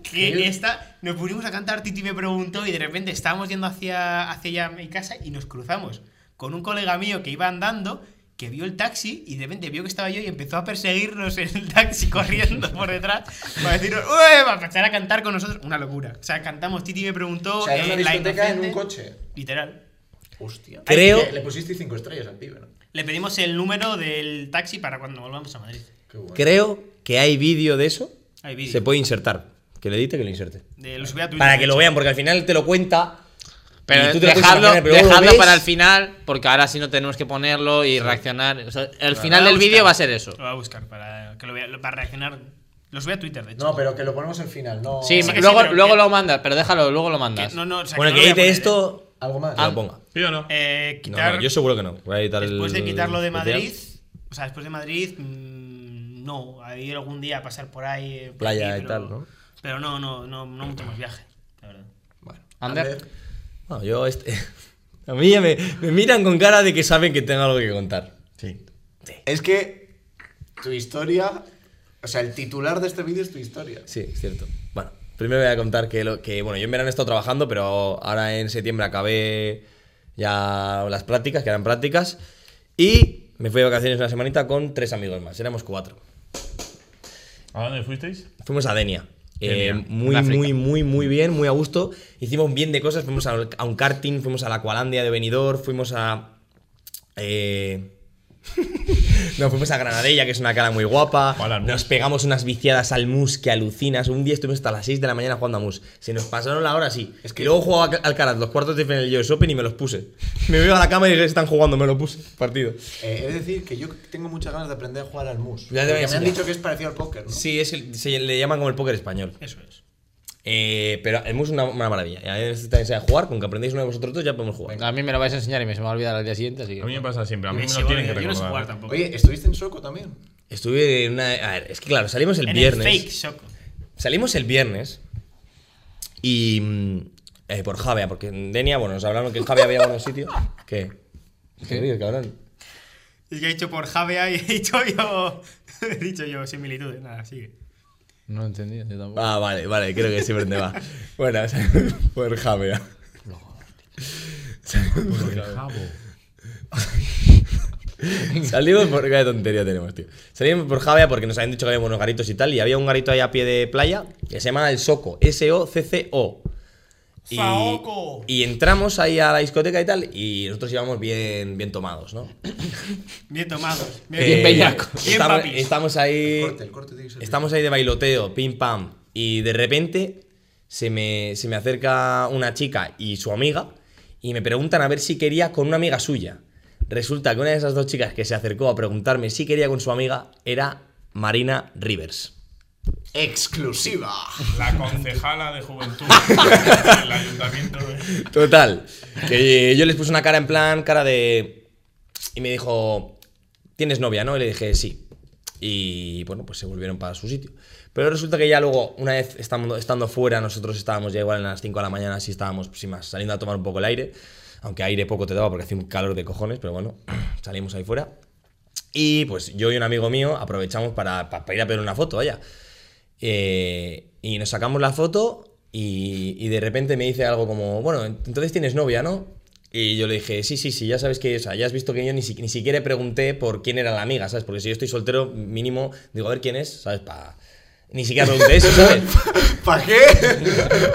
Speaker 1: Que esta, nos pusimos a cantar, Titi me preguntó y de repente estábamos yendo hacia, hacia ya mi casa y nos cruzamos con un colega mío que iba andando, que vio el taxi y de repente vio que estaba yo y empezó a perseguirnos en el taxi corriendo por detrás para decirnos, ¡Ué! Para empezar a cantar con nosotros. Una locura. O sea, cantamos, Titi me preguntó,
Speaker 3: O sea, era
Speaker 1: eh,
Speaker 3: una
Speaker 1: La
Speaker 3: discoteca en
Speaker 1: Inocente.
Speaker 3: un coche.
Speaker 1: Literal.
Speaker 3: Hostia.
Speaker 2: Creo-
Speaker 3: Le, le pusiste cinco estrellas al pibe, ¿no?
Speaker 1: Le pedimos el número del taxi para cuando volvamos a Madrid.
Speaker 3: Qué bueno.
Speaker 2: Creo que hay vídeo de eso.
Speaker 1: Hay vídeo.
Speaker 2: Se puede insertar. Que le edite, que lo inserte.
Speaker 1: De- lo subí a Twitter,
Speaker 2: Para
Speaker 1: de
Speaker 2: que lo
Speaker 1: hecho.
Speaker 2: vean, porque al final te lo cuenta. y
Speaker 6: Pero
Speaker 2: tú te lo puedes
Speaker 6: dejadlo,
Speaker 2: imaginar, pero luego lo
Speaker 6: dejadlo
Speaker 2: ves.
Speaker 6: para el final, porque ahora sí no tenemos que ponerlo y reaccionar. O sea, el final
Speaker 1: Lo voy a
Speaker 6: del vídeo
Speaker 1: buscar.
Speaker 6: va a ser eso.
Speaker 1: Lo voy a buscar para, que lo vea- para reaccionar. Lo subí a Twitter, de hecho.
Speaker 3: No, pero que lo ponemos al final, no.
Speaker 6: Sí,
Speaker 1: Sí que sí,
Speaker 6: luego,
Speaker 1: pero
Speaker 6: luego
Speaker 1: que-
Speaker 6: lo mandas, pero déjalo, luego lo
Speaker 1: Que-
Speaker 6: mandas.
Speaker 1: no, no, o sea,
Speaker 2: Bueno,
Speaker 1: no
Speaker 2: que
Speaker 1: lo
Speaker 2: edite
Speaker 1: voy a poner, ¿eh?
Speaker 2: esto.
Speaker 3: Algo más.
Speaker 2: Que lo ponga.
Speaker 5: ¿Sí o no?
Speaker 1: Eh,
Speaker 2: No,
Speaker 1: quitar-
Speaker 2: no, yo seguro que no. Voy a editar el-
Speaker 1: Después de quitarlo de
Speaker 2: el
Speaker 1: Madrid,
Speaker 2: especial.
Speaker 1: o sea, después de Madrid, mm, no, a ir algún día a pasar por ahí. eh, por
Speaker 2: Playa
Speaker 1: aquí,
Speaker 2: y
Speaker 1: pero-
Speaker 2: tal, ¿no?
Speaker 1: Pero no, no, no, no mucho más viaje, la verdad.
Speaker 3: Bueno,
Speaker 6: Ander.
Speaker 3: Ander,
Speaker 2: No, yo este. A mí ya me, me miran con cara de que saben que tengo algo que contar.
Speaker 5: Sí.
Speaker 3: Es que tu historia. O sea, el titular de este vídeo es tu historia.
Speaker 2: Sí, es cierto. Bueno, primero voy a contar que, lo- que, bueno, yo en verano he estado trabajando, pero ahora en septiembre acabé ya las prácticas, que eran prácticas, y me fui de vacaciones una semanita con tres amigos más, éramos cuatro.
Speaker 5: ¿A dónde fuisteis?
Speaker 2: Fuimos a Denia. Eh,
Speaker 5: Denia,
Speaker 2: muy,
Speaker 6: en África.
Speaker 2: muy, muy, muy bien, muy a gusto. Hicimos bien de cosas. Fuimos al- a, un karting, fuimos a la Aqualandia de Benidorm, fuimos a. eh, no, fuimos a Granadella, que es una cara muy guapa.
Speaker 5: O al Mus.
Speaker 2: Nos pegamos unas viciadas al mus que alucinas. Un día estuvimos hasta las 6 de la mañana jugando a mus. Se nos pasaron la hora así. Es que luego jugaba al Carat los cuartos de final del US Open y me los puse. Me veo a la cama y dije, están jugando, me lo puse. Partido.
Speaker 3: Eh, he de decir que yo tengo muchas ganas de aprender a jugar al mus.
Speaker 2: Ya te voy a
Speaker 3: Porque me han
Speaker 2: enseñar.
Speaker 3: dicho que es parecido al póker, ¿no?
Speaker 2: Sí, es el- se le llaman como el póker español.
Speaker 1: Eso es.
Speaker 2: Eh, pero Elmus es una, una maravilla. Y A veces también sea jugar, con que aprendéis uno de vosotros dos ya podemos jugar.
Speaker 7: A mí me lo vais a enseñar y me se me va a olvidar al día siguiente, así que.
Speaker 5: A mí me pasa siempre, a mí
Speaker 1: Me
Speaker 5: me
Speaker 1: sigo,
Speaker 5: lo tienen que
Speaker 1: yo no sé jugar
Speaker 5: recordar.
Speaker 1: tampoco.
Speaker 3: Oye, ¿estuviste en Soco también?
Speaker 2: Estuve en una. A ver, es que claro, salimos el
Speaker 1: en
Speaker 2: viernes.
Speaker 1: el fake shock.
Speaker 2: Salimos el viernes y. mm, eh, por Javea, porque en Denia, bueno, nos hablaron que en Javea había buenos sitios. ¿Qué? ¿Qué ríes, cabrón?
Speaker 1: Es que he dicho por Javea y he dicho yo. he dicho yo similitudes. Nada, sigue.
Speaker 7: No lo entendí, yo tampoco.
Speaker 2: Ah, vale, vale, creo que sí por dónde va. Bueno, o sea, por Javea. Salimos por. Qué tontería tenemos, tío. Salimos por Javea porque nos habían dicho que había unos garitos y tal. Y había un garito ahí a pie de playa que se llama El Soco. S-O-C-C-O. Y,
Speaker 1: Saoco.
Speaker 2: y entramos ahí a la discoteca y tal. Y nosotros íbamos bien, bien tomados, ¿no?
Speaker 1: Bien tomados.
Speaker 2: Eh,
Speaker 7: bellacos.
Speaker 1: Bien
Speaker 2: Estamos,
Speaker 1: papis.
Speaker 2: estamos
Speaker 1: Eh,
Speaker 2: ahí.
Speaker 3: El corte, el corte tiene que ser.
Speaker 2: Estamos ahí de bailoteo, pim pam. Y de repente se me, se me acerca una chica y su amiga y me preguntan a ver si quería con una amiga suya. Resulta que una de esas dos chicas que se acercó a preguntarme si quería con su amiga era Marina Rivers.
Speaker 3: Exclusiva.
Speaker 5: La concejala de juventud del ayuntamiento. de-
Speaker 2: Total. Que yo les puse una cara en plan, cara de. Y me dijo, ¿tienes novia, no? Y le dije, sí. Y bueno, pues se volvieron para su sitio. Pero resulta que ya luego, una vez estando, estando fuera, nosotros estábamos ya igual en las 5 de la mañana, así estábamos pues, sin más, saliendo a tomar un poco el aire. Aunque aire poco te daba porque hacía un calor de cojones, pero bueno, salimos ahí fuera. Y pues yo y un amigo mío aprovechamos para, pa- para ir a pedir una foto, vaya. Eh, y nos sacamos la foto y, y de repente me dice algo como, bueno, entonces tienes novia, ¿no? Y yo le dije, sí, sí, sí, ya sabes que, o sea, ya has visto que yo ni, si- ni siquiera pregunté por quién era la amiga, ¿sabes? Porque si yo estoy soltero, mínimo, digo, a ver quién es, ¿sabes? Pa... Ni siquiera pregunté eso, ¿sabes?
Speaker 3: ¿Para qué?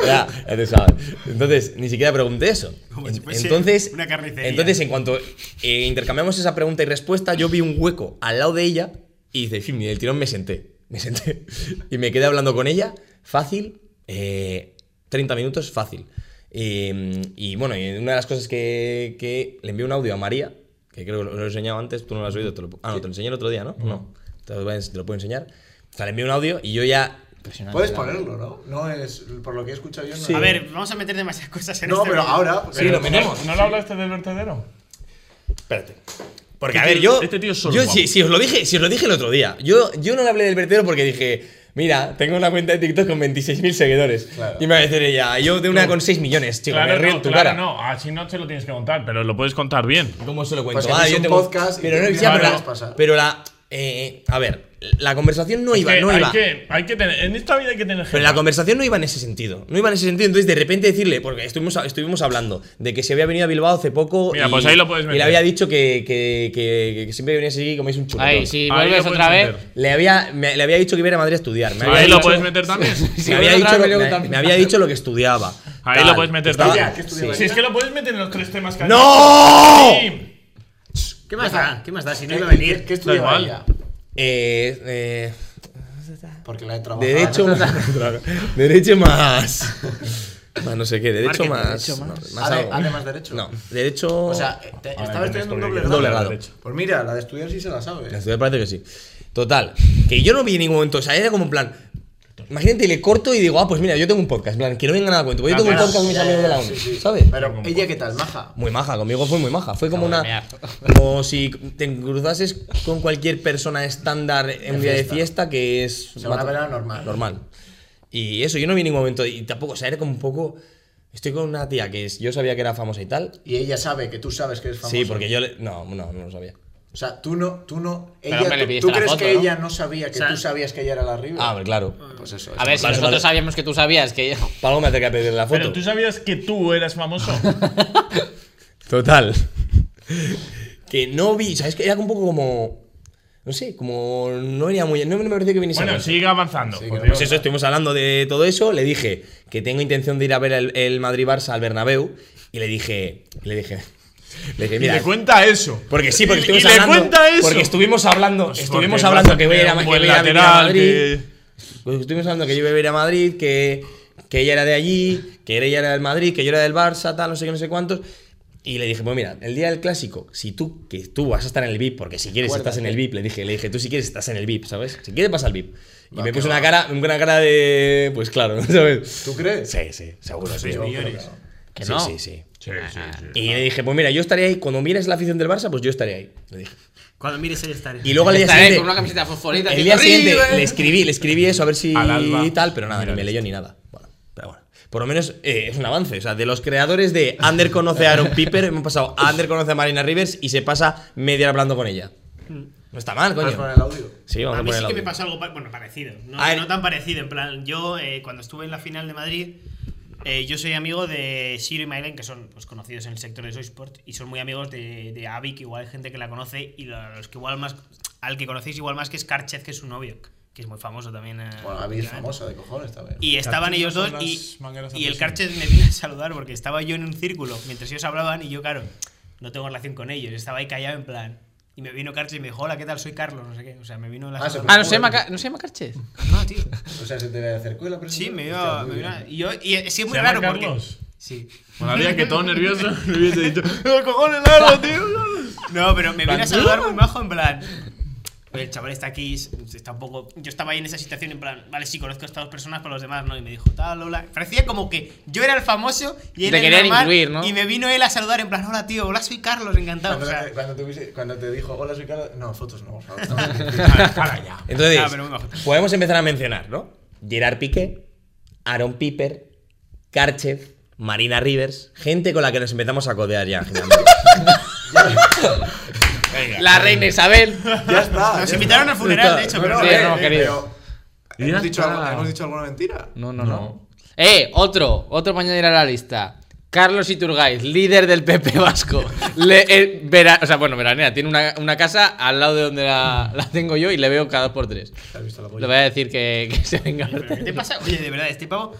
Speaker 2: ya, ya te sabes. Entonces, ni siquiera pregunté eso.
Speaker 1: Como
Speaker 2: En-
Speaker 1: si fuese
Speaker 2: entonces,
Speaker 1: una carnicería.
Speaker 2: entonces, en cuanto eh, intercambiamos esa pregunta y respuesta, yo vi un hueco al lado de ella y dice, fin, el tirón me senté. Me senté. Y me quedé hablando con ella, fácil, eh, 30 minutos, fácil. Eh, y bueno, y una de las cosas que, que le envié un audio a María, que creo que lo, lo he enseñado antes, tú no lo has oído. te lo- ah, no, te lo enseñé el otro día, ¿no? No, te lo, voy a ens- te lo puedo enseñar. O sea, le envié un audio y yo ya pues,
Speaker 7: Impresionante.
Speaker 3: Puedes ponerlo, ¿no? No es. Por lo que he escuchado yo, no
Speaker 1: A ver, vamos a meter demasiadas cosas en
Speaker 3: No,
Speaker 1: este
Speaker 3: pero
Speaker 1: vídeo.
Speaker 3: ahora. pues, eh,
Speaker 2: Sí, lo metemos.
Speaker 5: ¿No lo hablaste del vertedero?
Speaker 2: Espérate. Porque,
Speaker 5: Este
Speaker 2: a ver,
Speaker 5: tío-
Speaker 2: yo.
Speaker 5: este tío es solo
Speaker 2: yo
Speaker 5: guapo.
Speaker 2: si, si os lo dije, si os lo dije el otro día. Yo, yo no le hablé del vertedero porque dije. Mira, tengo una cuenta de TikTok con 26.000 seguidores.
Speaker 3: Claro.
Speaker 2: Y me va a decir ella, yo de una con 6 millones, chico, me río
Speaker 5: no,
Speaker 2: en tu
Speaker 5: claro,
Speaker 2: cara.
Speaker 5: no. Así no te lo tienes que contar, pero lo puedes contar bien.
Speaker 2: ¿Cómo se lo
Speaker 3: Pues
Speaker 2: cuento? Ah,
Speaker 3: que haces un podcast y
Speaker 2: pero
Speaker 3: tú
Speaker 2: no,
Speaker 3: mismo
Speaker 2: ya, pero
Speaker 5: lo
Speaker 2: la,
Speaker 3: dejas pasar.
Speaker 2: pero la- eh, a ver, la conversación no
Speaker 5: Es
Speaker 2: iba,
Speaker 5: que
Speaker 2: no
Speaker 5: hay
Speaker 2: iba.
Speaker 5: Que, hay que tener, en esta vida hay que tener
Speaker 2: Pero
Speaker 5: gente.
Speaker 2: la conversación no iba en ese sentido. No iba en ese sentido. Entonces, de repente decirle, porque estuvimos, estuvimos hablando de que se había venido a Bilbao hace poco.
Speaker 5: Mira,
Speaker 2: y,
Speaker 5: pues ahí lo puedes
Speaker 2: y le
Speaker 5: meter.
Speaker 2: había dicho que, que, que, que siempre venía así y coméis un chuletón.
Speaker 7: Ahí, si
Speaker 5: Ahí
Speaker 7: vuelves
Speaker 5: lo
Speaker 7: otra
Speaker 5: puedes
Speaker 7: vez.
Speaker 5: meter.
Speaker 2: Le había, me- le había dicho que iba a ir a Madrid a estudiar. Me había
Speaker 5: Ahí lo
Speaker 2: dicho-
Speaker 5: puedes meter también.
Speaker 2: me había,
Speaker 7: vuelve otra
Speaker 2: dicho
Speaker 7: vez,
Speaker 2: lo,
Speaker 7: me
Speaker 2: me,
Speaker 7: lo también.
Speaker 2: me había dicho lo que estudiaba.
Speaker 5: Ahí lo puedes meter
Speaker 2: Estaba-
Speaker 5: también.
Speaker 3: estudiaba.
Speaker 5: Si es que lo puedes meter en los tres temas que has
Speaker 2: ¡No!
Speaker 5: dicho. Sí.
Speaker 1: ¿Qué más da? ¿Qué más da? Si no
Speaker 3: ¿Qué,
Speaker 1: iba a
Speaker 3: qué,
Speaker 1: venir.
Speaker 3: eh, qué estudiaba
Speaker 5: igual.
Speaker 3: ella?
Speaker 2: Eh, eh,
Speaker 3: Porque la he trabajado.
Speaker 2: derecho más. derecho más. Más no sé qué, derecho
Speaker 1: Marketing,
Speaker 2: más.
Speaker 1: derecho
Speaker 2: no,
Speaker 1: más.
Speaker 3: Ale-
Speaker 2: algo.
Speaker 3: Ale más derecho.
Speaker 2: No, derecho.
Speaker 3: O sea, eh, te- estaba estudiando un doble
Speaker 2: Un
Speaker 3: grado.
Speaker 2: doble grado.
Speaker 3: Pues mira, la de estudiar sí se la sabe.
Speaker 2: La ciudad parece que sí. Total, que yo no vi en ningún momento, o sea, era como en plan. Imagínate, le corto y digo, ah, pues mira, yo tengo un podcast, en plan, que no venga nada a cuento, porque yo tengo un
Speaker 5: Claro,
Speaker 2: podcast con mis amigos de la
Speaker 3: Sí,
Speaker 2: uni,
Speaker 3: sí.
Speaker 2: ¿sabes?
Speaker 3: Pero ella, ¿qué tal? Maja.
Speaker 2: Muy maja, conmigo fue muy maja. Fue como
Speaker 7: Acabo de
Speaker 2: una. Como si te cruzases con cualquier persona estándar en un día de
Speaker 3: fiesta.
Speaker 2: fiesta que es.
Speaker 3: sea, una pelada normal.
Speaker 2: Normal. Y eso, yo no vi en ningún momento. Y tampoco, o sea, era como un poco. Estoy con una tía que es- yo sabía que era famosa y tal.
Speaker 3: Y ella sabe que tú sabes que eres famoso.
Speaker 2: Sí, porque yo le. No, no, no lo sabía.
Speaker 3: O sea, tú no. Tú, no,
Speaker 7: Pero
Speaker 3: ella,
Speaker 7: me le
Speaker 3: tú-
Speaker 7: pidiste
Speaker 3: tú
Speaker 7: la
Speaker 3: crees
Speaker 7: foto,
Speaker 3: que
Speaker 7: ¿no?
Speaker 3: ella no sabía que tú sabías que ella era la River.
Speaker 2: Ah, pero claro.
Speaker 3: Pues eso.
Speaker 7: A ver, si
Speaker 2: Vale,
Speaker 7: nosotros
Speaker 2: vale.
Speaker 7: sabíamos que tú sabías que.
Speaker 2: Para algo me acerqué a pedirle la foto.
Speaker 5: Pero tú sabías que tú eras famoso.
Speaker 2: Total. que no vi, ¿sabes? Que era un poco como. No sé, como. No venía muy. No me pareció que viniese a
Speaker 5: bueno,
Speaker 2: cuento.
Speaker 5: sigue avanzando.
Speaker 3: Sí,
Speaker 5: por
Speaker 3: que-
Speaker 5: Dios.
Speaker 2: Pues eso, estuvimos hablando de todo eso. Le dije que tengo intención de ir a ver el, el Madrid-Barça al Bernabéu. Y le dije. Le dije. Le dije,
Speaker 5: y
Speaker 2: mira.
Speaker 5: le cuenta eso.
Speaker 2: Porque sí, porque
Speaker 5: Y-
Speaker 2: estuvimos
Speaker 5: y le
Speaker 2: hablando.
Speaker 5: cuenta eso.
Speaker 2: Porque estuvimos hablando.
Speaker 5: Pues
Speaker 2: estuvimos
Speaker 5: porque
Speaker 2: hablando
Speaker 5: vas a
Speaker 2: que voy a ir a,
Speaker 5: tener un
Speaker 2: que
Speaker 5: buen
Speaker 2: voy a ir a vivir a
Speaker 5: lateral,
Speaker 2: Madrid.
Speaker 5: que-
Speaker 2: Pues estuvimos hablando que yo iba a ir a Madrid, que, que ella era de allí, que ella era del Madrid, que yo era del Barça, tal, no sé qué, no sé cuántos. Y le dije, pues mira, el día del clásico, si tú, que tú vas a estar en el VIP, porque si quieres
Speaker 3: Acuérdate.
Speaker 2: estás en el VIP, le dije, le dije, tú si quieres estás en el VIP, ¿sabes? Si quieres vas al VIP. Y
Speaker 3: Va,
Speaker 2: me
Speaker 3: que
Speaker 2: puso
Speaker 3: va.
Speaker 2: una cara, una cara de. Pues claro, ¿sabes?
Speaker 3: ¿Tú crees?
Speaker 2: Sí, sí, seguro.
Speaker 1: Seis
Speaker 2: tío.
Speaker 1: millones.
Speaker 6: Que
Speaker 2: Sí,
Speaker 6: no.
Speaker 2: sí, sí.
Speaker 5: Sí, sí, sí.
Speaker 2: Y le dije, pues mira, yo estaré ahí. Cuando mires la afición del Barça, pues yo estaré ahí. Le dije.
Speaker 1: Cuando mires ahí estaré.
Speaker 2: Y luego al día
Speaker 6: Estaré
Speaker 2: siguiente.
Speaker 6: con una camiseta fosforita.
Speaker 2: El
Speaker 6: así,
Speaker 2: día siguiente
Speaker 6: "Arriba".
Speaker 2: le escribí, le escribí eso a ver si
Speaker 5: Al alba.
Speaker 2: y tal, pero nada, ni me leyó ni nada. Bueno, pero bueno. Por lo menos eh, es un avance. O sea, de los creadores de Ander conoce a Aaron Piper, hemos pasado a Ander conoce a Marina Rivers y se pasa media hora hablando con ella. No está mal,
Speaker 3: ¿Vas
Speaker 2: coño.
Speaker 3: con el audio?
Speaker 2: Sí, vamos
Speaker 1: A
Speaker 2: a,
Speaker 1: mí
Speaker 2: poner
Speaker 1: sí
Speaker 2: el
Speaker 1: que me
Speaker 2: audio.
Speaker 1: pasó algo pa- bueno, parecido. No,
Speaker 2: A ver.
Speaker 1: no tan parecido. En plan, yo eh, cuando estuve en la final de Madrid, eh, yo soy amigo de Ciro y Mailen, que son pues, conocidos en el sector de Soysport, y son muy amigos de, de Avi, que igual hay gente que la conoce, y lo- los que igual más, al que conocéis igual más que es Karchez, que es su novio, que es muy famoso también. eh,
Speaker 3: Bueno, Gaby es
Speaker 1: últimamente.
Speaker 3: famosa de cojones también.
Speaker 1: Y estaban ellos dos
Speaker 5: son
Speaker 1: y,
Speaker 5: las mangueras
Speaker 1: y el
Speaker 5: antisense.
Speaker 1: Carchet me vino a saludar porque estaba yo en un círculo mientras ellos hablaban y yo, claro, no tengo relación con ellos. Estaba ahí callado en plan. Y me vino Carchet y me dijo, hola, ¿qué tal? Soy Carlos, no sé qué. O sea, me vino la...
Speaker 3: Ah, se
Speaker 1: saludar.
Speaker 6: Ah, no se llama, Ca- ¿no se llama Carchez.
Speaker 1: no, tío.
Speaker 3: O sea, se te acercó y la presentó.
Speaker 1: Sí, me
Speaker 3: Hostia,
Speaker 1: vino...
Speaker 3: muy
Speaker 1: me vino-
Speaker 3: bien.
Speaker 1: y, yo, y es, sí, es muy
Speaker 5: ¿Se llama
Speaker 1: raro porque...
Speaker 5: Carlos?
Speaker 1: Sí.
Speaker 5: Molaría que todo nervioso le hubiese dicho. "Los cojones, tío!
Speaker 1: No, pero me vino a saludar muy majo en plan... El chaval está aquí, está un poco... Yo estaba ahí en esa situación en plan, vale, sí, conozco a estas dos personas, pero los demás no. Y me dijo, tal, hola. Parecía como que yo era el famoso y él
Speaker 6: Te
Speaker 1: era el
Speaker 6: querían
Speaker 1: normal,
Speaker 6: incluir, ¿no?
Speaker 1: Y me vino él a saludar en plan, hola, tío, hola, soy Carlos, encantado.
Speaker 3: Cuando,
Speaker 1: o sea,
Speaker 3: te, cuando te hubiese- cuando te dijo hola soy Carlos, no, fotos no, por favor. No.
Speaker 2: Entonces,
Speaker 1: Ah, pero muy bajo.
Speaker 2: podemos empezar a mencionar, ¿no? Gerard Piqué, Aaron Piper, Karchev, Marina Rivers, gente con la que nos empezamos a codear ya. finalmente.
Speaker 6: La reina Isabel.
Speaker 3: ya está.
Speaker 1: Nos
Speaker 3: ya
Speaker 1: invitaron
Speaker 3: está.
Speaker 1: al funeral, de hecho,
Speaker 3: No,
Speaker 1: pero
Speaker 3: no,
Speaker 1: sí,
Speaker 3: eh,
Speaker 6: no,
Speaker 3: eh,
Speaker 6: querido.
Speaker 5: Ya
Speaker 3: pero, ¿hemos, dicho
Speaker 5: está.
Speaker 3: algo- ¿Hemos dicho alguna mentira?
Speaker 7: No, no, no.
Speaker 6: Eh, otro, otro mañana a la lista. Carlos Iturgaiz, líder del PP vasco. Le- eh, vera- o sea, bueno, veranea, tiene una, una casa al lado de donde la, la tengo yo y le veo cada dos por tres.
Speaker 3: ¿Te has visto la
Speaker 6: Le
Speaker 3: polla?
Speaker 6: voy a decir que, que se venga.
Speaker 1: Pero, ¿Qué te pasa? Oye, de verdad, este pavo.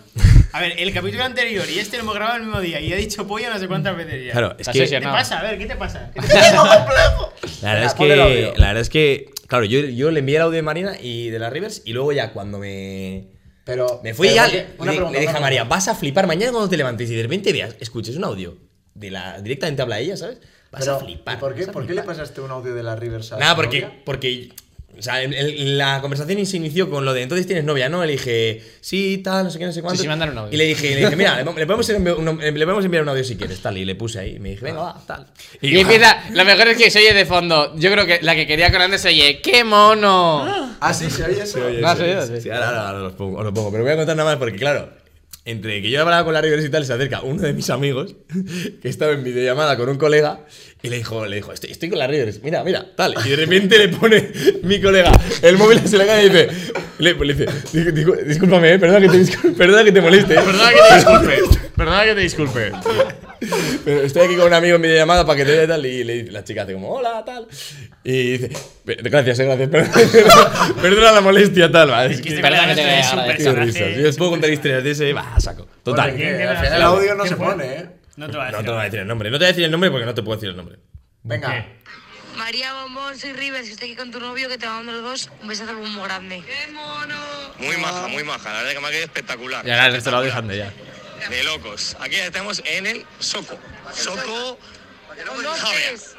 Speaker 1: A ver, el capítulo anterior y este lo hemos grabado el mismo día y ha dicho pollo no sé cuántas veces ya.
Speaker 2: Claro,
Speaker 1: ¿Qué
Speaker 2: es
Speaker 7: Está
Speaker 2: que.
Speaker 1: te
Speaker 7: sesionado.
Speaker 1: pasa? A ver, ¿qué te pasa? ¿Qué te pasa?
Speaker 2: La verdad,
Speaker 3: Venga,
Speaker 2: es
Speaker 3: ponle el
Speaker 2: que,
Speaker 3: audio.
Speaker 2: la verdad es que, claro, yo, yo le envié el audio de Marina y de las Rivers y luego ya cuando me,
Speaker 3: Pero,
Speaker 2: me fui
Speaker 3: pero,
Speaker 2: ya
Speaker 3: oye,
Speaker 2: le,
Speaker 3: una
Speaker 2: le-
Speaker 3: pregunta,
Speaker 2: le dije
Speaker 3: una
Speaker 2: a María,
Speaker 3: pregunta.
Speaker 2: vas a flipar mañana cuando te levantes y de repente veas, escuches un audio de la, directamente habla ella, ¿sabes? Vas
Speaker 3: Pero,
Speaker 2: a flipar.
Speaker 3: ¿y ¿Por qué,
Speaker 2: vas a
Speaker 3: por qué le
Speaker 2: flipar".
Speaker 3: pasaste un audio de la Rivers a
Speaker 2: Nada,
Speaker 3: tu
Speaker 2: porque,
Speaker 3: novia?
Speaker 2: porque o sea, el- el- la conversación se inició con lo de entonces tienes novia, ¿no? Le dije, sí, tal, no sé qué, no sé cuánto.
Speaker 7: sí, mandaron un audio.
Speaker 2: Y le dije, le dije mira, le, le podemos enviar un, le podemos enviar un audio si quieres, tal. Y le puse ahí, me dije, venga, va, tal.
Speaker 6: Y empieza, lo mejor es que se oye de fondo. Yo creo que la que quería con Andes se oye, ¡qué mono!
Speaker 3: Ah, sí, se oye eso.
Speaker 7: ¿No has
Speaker 5: ah,
Speaker 7: oído? Sí.
Speaker 2: Sí, ahora, ahora- ahora los pongo, os lo pongo. Pero voy a contar nada más porque, claro, entre que yo hablaba con la Rivers y tal, se acerca uno de mis amigos que estaba en videollamada con un colega y le dijo, le dijo estoy, estoy con la Rivers, mira, mira, tal. Y de repente le pone mi colega el móvil a la cara y dice, le, le dice, "Dis- dis- discúlpame, eh, perdona que te, discul- perdona que te moleste. eh".
Speaker 5: Perdona que te disculpe. Perdona que te disculpe.
Speaker 2: Pero estoy aquí con un amigo en videollamada para que te vea y tal. Y le dice- la chica hace como, hola, tal. Y dice, "Pe- gracias, eh, gracias, perdona, perdona la molestia, tal. va". Es
Speaker 1: Es que este
Speaker 2: que-
Speaker 7: Perdón que te
Speaker 1: personaje es un
Speaker 7: agradezco.
Speaker 2: Qué
Speaker 1: personaje,
Speaker 2: risas.
Speaker 1: es
Speaker 2: Yo os
Speaker 1: un
Speaker 2: puedo contar
Speaker 1: personaje.
Speaker 2: historias de ese, va, saco. Total.
Speaker 3: Porque
Speaker 1: ¿quién
Speaker 3: al
Speaker 1: era?
Speaker 3: final el audio no se pone, ¿eh?
Speaker 1: No te lo voy a
Speaker 2: No
Speaker 1: decir.
Speaker 2: te voy a decir el nombre. No te voy a decir el nombre porque no te puedo decir el nombre.
Speaker 3: Venga.
Speaker 8: María Bombón, soy Rivers, que estoy aquí con tu novio, que te mando los dos un besazo muy grande. ¡Qué mono!
Speaker 9: Muy maja, muy maja. La verdad que me ha quedado espectacular.
Speaker 7: Y ahora el resto lo dejan de ya.
Speaker 9: De locos. Aquí estamos en el Soco. Soco.
Speaker 8: Con dos Cs.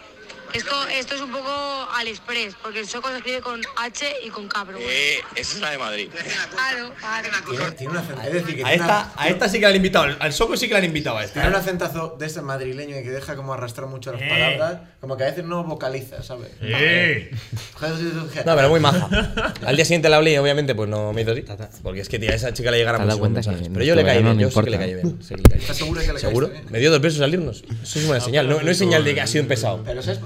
Speaker 8: Esto, esto es un poco al express, porque el soco se escribe con H y con K, pero bueno.
Speaker 9: Eh, esa es la de Madrid.
Speaker 8: Claro, claro.
Speaker 3: Tiene, tiene un acento. Es decir, que
Speaker 2: A
Speaker 3: tiene una-
Speaker 2: esta, a esta sí que la han invitado. Al Soco sí que la han invitado a
Speaker 3: Tiene un
Speaker 2: esta.
Speaker 3: acentazo de ese madrileño y que deja como arrastrar mucho las
Speaker 1: Eh.
Speaker 3: palabras. Como que a veces no vocaliza, ¿sabes?
Speaker 5: ¡Eh!
Speaker 2: No, pero muy maja. Al día siguiente la hablé y obviamente pues no me hizo así. Porque es que, tío, a esa chica le llegaron
Speaker 7: Te has dado
Speaker 2: muchos
Speaker 7: cuenta
Speaker 2: mensajes.
Speaker 7: que
Speaker 2: Pero yo le
Speaker 7: nuestro
Speaker 2: caí bien.
Speaker 7: verano
Speaker 2: Yo
Speaker 7: no
Speaker 2: sé que le
Speaker 7: importa.
Speaker 2: caí bien. sé que le caí bien.
Speaker 3: ¿Estás seguro de que le caíste
Speaker 2: ¿Seguro?
Speaker 3: bien?
Speaker 2: Me dio dos besos al irnos. Eso es buena señal. Ah, No, no es señal de que ha sido un pesado.
Speaker 3: Pero ¿sabes?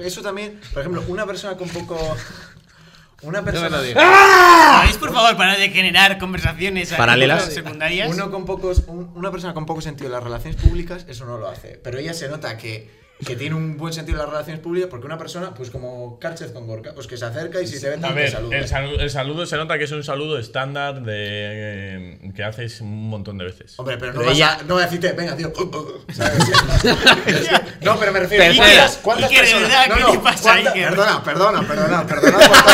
Speaker 3: Eso también, por ejemplo, una persona con poco. Una persona.
Speaker 1: ¿Sabéis, por favor, para de generar conversaciones ahí
Speaker 2: Paralelas.
Speaker 1: por secundarias?
Speaker 3: Uno con pocos, un- una persona con poco sentido de las relaciones públicas, eso no lo hace. Pero ella se nota que, que tiene un buen sentido de las relaciones públicas porque una persona, pues como Cárchez con Gorka, pues que se acerca y si te ve
Speaker 5: A
Speaker 3: tal, te
Speaker 5: ver,
Speaker 3: saluda.
Speaker 5: el, salu- el saludo se nota que es un saludo estándar de eh, que haces un montón de veces.
Speaker 3: Hombre, pero no,
Speaker 2: Pero
Speaker 3: vas
Speaker 2: ella-
Speaker 3: a, no vas a decirte, venga, tío. ¿sabes? Es que- no, pero me refiero
Speaker 1: Tercera. Iker, Iker, de verdad, ¿qué te pasa,
Speaker 3: cuánta-
Speaker 1: Iker?
Speaker 3: Perdona, perdona, perdona, perdona. por- Perdona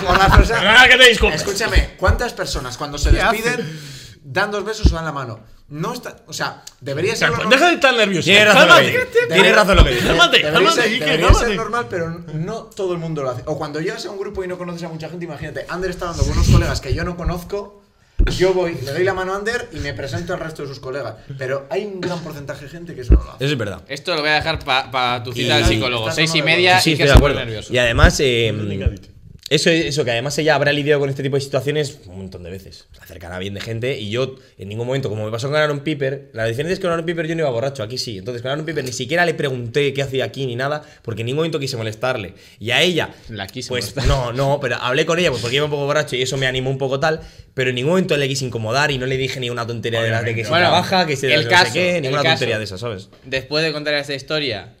Speaker 3: por la persona-
Speaker 5: Perdona que te disculpe.
Speaker 3: Escúchame, ¿cuántas personas cuando se despiden dan dos besos o dan la mano? No está. O sea, debería ser. lo
Speaker 5: Exacto.
Speaker 3: normal.
Speaker 5: pues, Deja de estar nervioso.
Speaker 2: Tienes razón,
Speaker 5: Cálmate.
Speaker 2: lo que dices. Tienes razón lo que dices.
Speaker 5: Cálmate,
Speaker 3: Debería,
Speaker 5: cálmate,
Speaker 3: ser,
Speaker 5: Quique,
Speaker 3: debería ser
Speaker 5: cálmate.
Speaker 3: normal, pero no todo el mundo lo hace. O cuando llegas a un grupo y no conoces a mucha gente, imagínate, Ander está dando con unos colegas que yo no conozco. Yo voy, le doy la mano a Ander y me presento al resto de sus colegas. Pero hay un gran porcentaje de gente que eso no lo hace.
Speaker 2: Eso es verdad.
Speaker 6: Esto lo voy a dejar para tu cita
Speaker 2: Y-
Speaker 6: al psicólogo.
Speaker 3: Estás
Speaker 6: Seis y
Speaker 3: tomando
Speaker 6: media
Speaker 2: Sí,
Speaker 6: y que
Speaker 2: estoy
Speaker 6: es
Speaker 2: de
Speaker 6: súper
Speaker 2: acuerdo.
Speaker 6: nervioso.
Speaker 2: Y además, eh, eso, eso, que además ella habrá lidiado con este tipo de situaciones un montón de veces. Se acercará bien de gente y yo, en ningún momento, como me pasó con Aaron Piper, la diferencia es que con Aaron Piper yo no iba borracho, aquí sí. Entonces con Aaron Piper ni siquiera le pregunté qué hacía aquí ni nada, porque en ningún momento quise molestarle. Y a ella,
Speaker 7: La quise
Speaker 2: pues
Speaker 7: molestar.
Speaker 2: no, no, pero hablé con ella pues, porque iba un poco borracho y eso me animó un poco tal, pero en ningún momento le quise incomodar y no le dije ni una tontería de, las de que se
Speaker 6: Bueno,
Speaker 2: trabaja, que se
Speaker 6: el
Speaker 2: no sé
Speaker 6: caso,
Speaker 2: qué,
Speaker 6: el
Speaker 2: ninguna
Speaker 6: caso.
Speaker 2: tontería de esas, ¿sabes?
Speaker 6: Después de contar esta historia,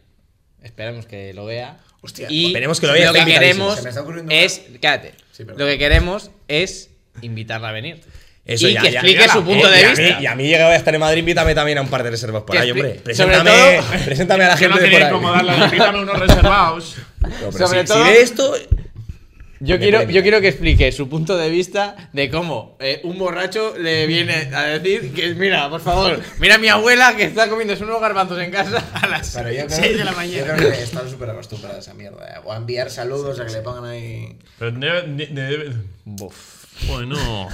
Speaker 6: esperemos que lo vea.
Speaker 3: Hostia,
Speaker 2: esperemos que lo vea,
Speaker 6: Lo
Speaker 2: está
Speaker 6: que
Speaker 2: invitadísimo.
Speaker 6: queremos
Speaker 3: Se me está ocurriendo una-
Speaker 6: es. Cállate.
Speaker 3: Sí, perdón.
Speaker 6: lo que queremos es invitarla a venir.
Speaker 2: Eso
Speaker 6: y
Speaker 2: ya,
Speaker 6: que
Speaker 2: ya,
Speaker 6: explique
Speaker 5: ya,
Speaker 6: su
Speaker 5: ya,
Speaker 6: punto
Speaker 2: Eh,
Speaker 6: de
Speaker 2: y a
Speaker 6: vista.
Speaker 2: mí- y a mí llegaba a estar en Madrid, invítame también a un par de reservas por
Speaker 6: Que
Speaker 2: ahí, hombre.
Speaker 6: expli- sobre
Speaker 2: Preséntame,
Speaker 6: todo-
Speaker 2: preséntame a la
Speaker 5: Yo no
Speaker 2: gente de por
Speaker 5: quería
Speaker 2: ahí.
Speaker 5: incomodarla, invítame unos reservados.
Speaker 2: No, pero
Speaker 6: Sobre
Speaker 2: si,
Speaker 6: todo-
Speaker 2: si de esto,
Speaker 6: Yo
Speaker 2: Me
Speaker 6: quiero,
Speaker 2: premia.
Speaker 6: yo quiero que explique su punto de vista de cómo eh, un borracho le viene a decir que, mira, por favor, mira a mi abuela que está comiendo unos garbanzos en casa.
Speaker 1: A las
Speaker 3: Pero yo creo,
Speaker 1: 6 de la
Speaker 3: yo
Speaker 1: mañana.
Speaker 3: creo que están súper acostumbradas a esa mierda. eh. O a enviar saludos, a que le pongan ahí.
Speaker 5: Pero debe. de- debe- Bueno.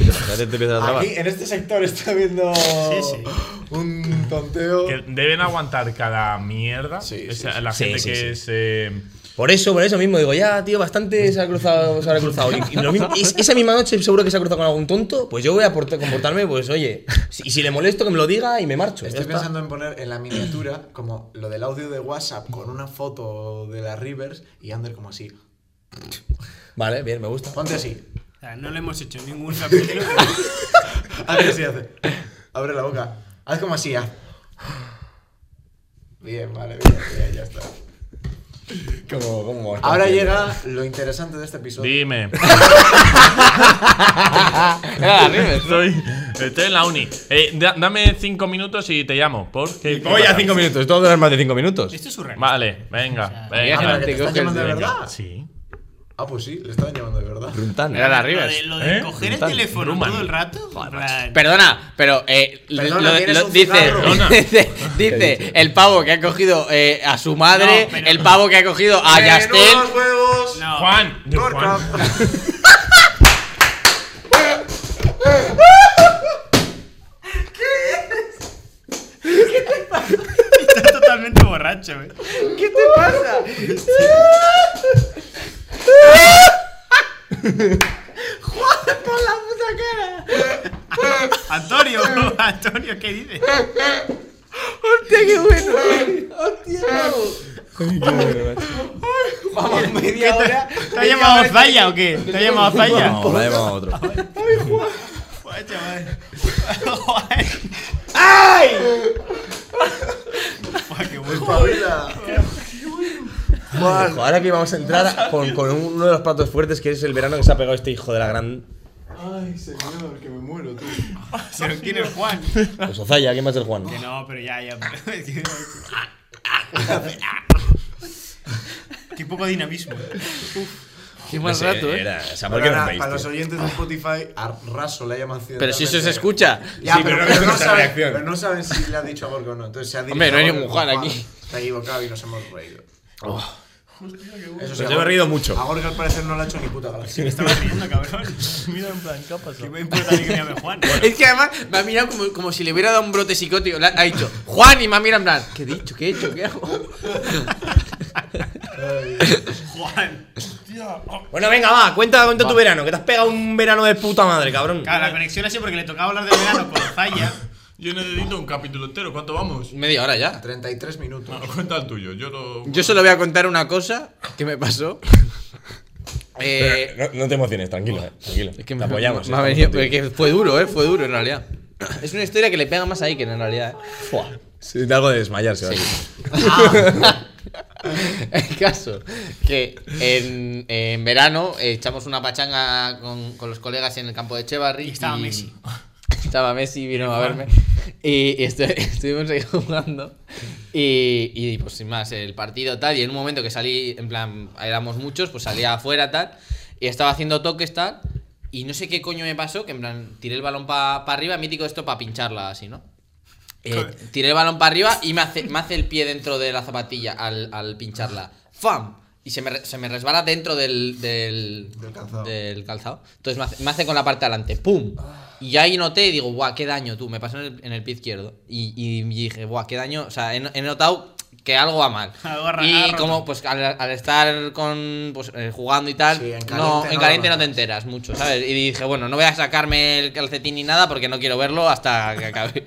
Speaker 2: ya te, te empiezas a trabar.
Speaker 3: Aquí, en este sector, está viendo
Speaker 1: sí.
Speaker 3: un tonteo.
Speaker 5: Que deben aguantar cada mierda.
Speaker 3: Sí,
Speaker 5: O
Speaker 3: sí,
Speaker 5: sea,
Speaker 3: sí.
Speaker 5: La
Speaker 2: Sí,
Speaker 5: gente
Speaker 2: sí,
Speaker 5: que
Speaker 2: sí.
Speaker 5: es. eh,
Speaker 2: Por eso, por eso mismo, digo, ya, tío, bastante se ha cruzado. Se ha cruzado. Y- y lo mismo- es- esa misma noche seguro que se ha cruzado con algún tonto, pues yo voy a porta- comportarme, pues oye, si- y si le molesto que me lo diga y me marcho. ya
Speaker 3: Estoy
Speaker 2: está.
Speaker 3: pensando en poner en la miniatura como lo del audio de WhatsApp con una foto de la Rivers y Ander como así.
Speaker 2: Vale, bien, me gusta.
Speaker 3: Ponte así.
Speaker 1: O sea, no le hemos hecho ningún capítulo.
Speaker 3: Ander así hace. Abre la boca. Haz como así, haz. Bien, vale, bien, bien, ya está.
Speaker 2: Como, como
Speaker 3: Ahora llega lo interesante de este episodio.
Speaker 5: Dime.
Speaker 6: Era la Rivers.
Speaker 5: Estoy, estoy en la uni. Eh, da- dame cinco minutos y te llamo. Porque
Speaker 2: Voy a 5 minutos, todo durar más de 5 minutos.
Speaker 1: Esto es surreal.
Speaker 5: Vale, venga. venga,
Speaker 3: Ah, pero que te
Speaker 6: Te
Speaker 3: están
Speaker 6: coges
Speaker 3: llamando de
Speaker 6: de-
Speaker 3: verdad.
Speaker 5: Sí.
Speaker 3: Ah, pues sí, le estaban llamando de verdad.
Speaker 2: Brutal.
Speaker 6: Era la
Speaker 1: Lo
Speaker 6: Rivers.
Speaker 1: de, lo de
Speaker 5: ¿Eh?
Speaker 1: coger el
Speaker 2: Brutal.
Speaker 1: teléfono
Speaker 5: Bruman.
Speaker 1: todo el rato. en plan-
Speaker 6: Perdona, pero eh,
Speaker 3: Perdona,
Speaker 6: lo-
Speaker 3: ¿tienes
Speaker 6: lo-
Speaker 3: un
Speaker 6: dice,
Speaker 3: cigarro?
Speaker 6: dice, dice el pavo que ha cogido eh, a su madre,
Speaker 1: No, pero-
Speaker 6: el pavo que ha cogido
Speaker 3: ¡Ah,
Speaker 6: a Yastel.
Speaker 3: ¡Menudos huevos!
Speaker 5: Ah,
Speaker 1: No,
Speaker 5: Juan. de
Speaker 3: Gorka.
Speaker 5: Juan.
Speaker 1: está totalmente borracho, eh. Antonio, Antonio, ¿qué dices?
Speaker 3: Vamos, media hora.
Speaker 1: ¿Te ha llamado Zaya o qué? ¿Te ha llamado Zaya?
Speaker 2: No, la llamado otro.
Speaker 1: Joder, chaval. Joder. Buah, qué buen pavo.
Speaker 3: Pabila.
Speaker 2: Ojo, ahora que vamos a entrar a- con, con uno de los platos fuertes que es el verano que se ha pegado este hijo de la gran.
Speaker 3: Ay, señor, que me muero, tú.
Speaker 1: Pero ¿quién es Juan?
Speaker 2: Pues Ozaya, ¿quién más el Juan?
Speaker 1: Que no, pero ya, ya. pero- es que- Qué poco dinamismo.
Speaker 6: Qué mal
Speaker 2: No sé,
Speaker 6: rato, eh.
Speaker 2: era- o sea, ¿por qué
Speaker 3: Para,
Speaker 2: no
Speaker 3: na-
Speaker 2: me
Speaker 3: para los
Speaker 2: pediste?
Speaker 3: oyentes de Spotify, a raso le llaman accidentalmente.
Speaker 6: Pero si eso se escucha.
Speaker 3: Ya,
Speaker 2: Sí, pero
Speaker 3: pero,
Speaker 2: no
Speaker 3: pero
Speaker 2: vemos
Speaker 3: no
Speaker 2: esa
Speaker 3: saben,
Speaker 2: reacción.
Speaker 3: pero no saben si le ha dicho a Gorka o no. Entonces se ha
Speaker 6: Hombre, no hay
Speaker 3: dirigido a
Speaker 6: ningún
Speaker 3: Gorka,
Speaker 6: Juan aquí. Oh.
Speaker 3: Se ha equivocado y nos hemos reído. Eso sí,
Speaker 2: Nos
Speaker 3: a
Speaker 2: hemos
Speaker 3: Gorka-
Speaker 2: reído mucho.
Speaker 3: A Gorka al parecer no le ha hecho ni puta gracia.
Speaker 1: Estaba riendo, cabrón. Mira, en plan, ¿qué ha pasado? ¿Qué me importa a mí que me llame Juan?
Speaker 6: Es que además me ha mirado como, como si le hubiera dado un brote psicótico. Le ha ha dicho, Juan, y me ha mirado en plan, ¿qué he dicho? ¿Qué he hecho? ¿Qué hago?
Speaker 1: Juan.
Speaker 2: Bueno, venga, va, cuenta, cuenta tu verano, que te has pegado un verano de puta madre, cabrón.
Speaker 1: Claro, la conexión ha sido porque le tocaba hablar de verano con Zaya.
Speaker 5: Yo necesito un capítulo entero. ¿Cuánto vamos?
Speaker 6: Media hora ya.
Speaker 3: 33 minutos.
Speaker 5: Bueno, cuenta el tuyo. Yo lo.
Speaker 6: Yo solo voy a contar una cosa que me pasó. Eh,
Speaker 2: Pero no, no te emociones, tranquilo, eh, tranquilo.
Speaker 6: es que
Speaker 2: te
Speaker 6: me,
Speaker 2: apoyamos.
Speaker 6: me ha
Speaker 2: eh,
Speaker 6: venido-
Speaker 2: estamos
Speaker 6: que fue duro, eh, fue duro en realidad. Es una historia que le pega más ahí que en realidad. eh.
Speaker 2: contigo. Fua. Sí, de algo de desmayarse, ¿vale?
Speaker 6: El caso que en, en verano eh, echamos una pachanga con, con los colegas en el campo de Chevarri.
Speaker 1: Y estaba Messi.
Speaker 6: Estaba Messi, vino a verme. Y, y estu- estuvimos ahí jugando. Y, y, pues sin más, el partido tal. Y en un momento que salí, en plan, éramos muchos, pues salía afuera tal. Y estaba haciendo toques tal. Y no sé qué coño me pasó, que en plan, tiré el balón para arriba, mítico esto para pincharla así, ¿no? Eh, tiré el balón para arriba y me hace, me hace el pie dentro de la zapatilla al, al pincharla. ¡Fam! Y se me, re- se me resbala dentro del, del,
Speaker 3: Del calzado.
Speaker 6: del calzado. Entonces me hace, me hace con la parte de adelante. ¡Pum! Y ahí noté y digo, guau, qué daño tú. Me pasó en el, en el pie izquierdo. Y, y dije, guau, qué daño. O sea, he, he notado que algo va mal.
Speaker 1: Algo ha ra- ha
Speaker 6: y
Speaker 1: roto.
Speaker 6: como, pues al, al estar con, pues, eh, jugando y tal,
Speaker 3: Sí, en caliente
Speaker 6: no,
Speaker 3: no
Speaker 6: en
Speaker 3: lo
Speaker 6: caliente no te
Speaker 3: notas.
Speaker 6: enteras mucho, ¿sabes? Y dije, bueno, no voy a sacarme el calcetín ni nada porque no quiero verlo hasta que acabe.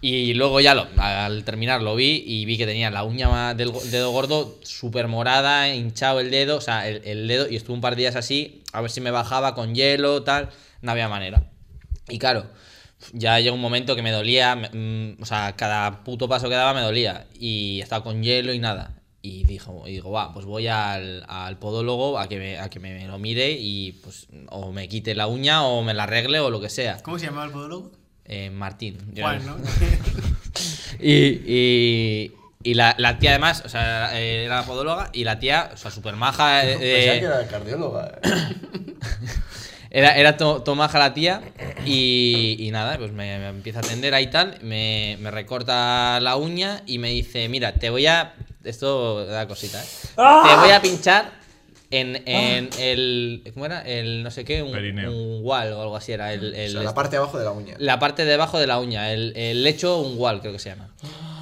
Speaker 6: Y luego ya lo, al terminar lo vi y vi que tenía la uña ma- del go- dedo gordo súper morada, hinchado el dedo, o sea, el, el dedo, y estuve un par de días así, a ver si me bajaba con hielo, tal, no había manera. Y claro, ya llegó un momento que me dolía, me- mm, o sea, cada puto paso que daba me dolía, y estaba con hielo y nada. Y, dijo, y digo, va, pues voy al, al podólogo a que, me, a que me lo mire y pues o me quite la uña o me la arregle o lo que sea.
Speaker 1: ¿Cómo se llamaba el podólogo?
Speaker 6: Eh, Martín. yo-
Speaker 1: Juan, ¿no?
Speaker 6: y, y, y la, la tía además, o sea, eh, era podóloga y la tía, o sea, súper maja. eh,
Speaker 3: Pensaba
Speaker 6: eh,
Speaker 3: que era cardióloga. eh.
Speaker 6: era era to- tomaja la tía y, y nada, pues me, me empieza a atender ahí tal, me, me recorta la uña y me dice, mira, te voy a... Esto da cosita, ¿eh? Te voy a pinchar en, en el... ¿Cómo era? El no sé qué, un,
Speaker 5: Perineo.
Speaker 6: un wall o algo así era. El, el- este
Speaker 3: O sea, la parte de abajo de la uña.
Speaker 6: la parte debajo de la uña, el, el lecho ungual, creo que se llama.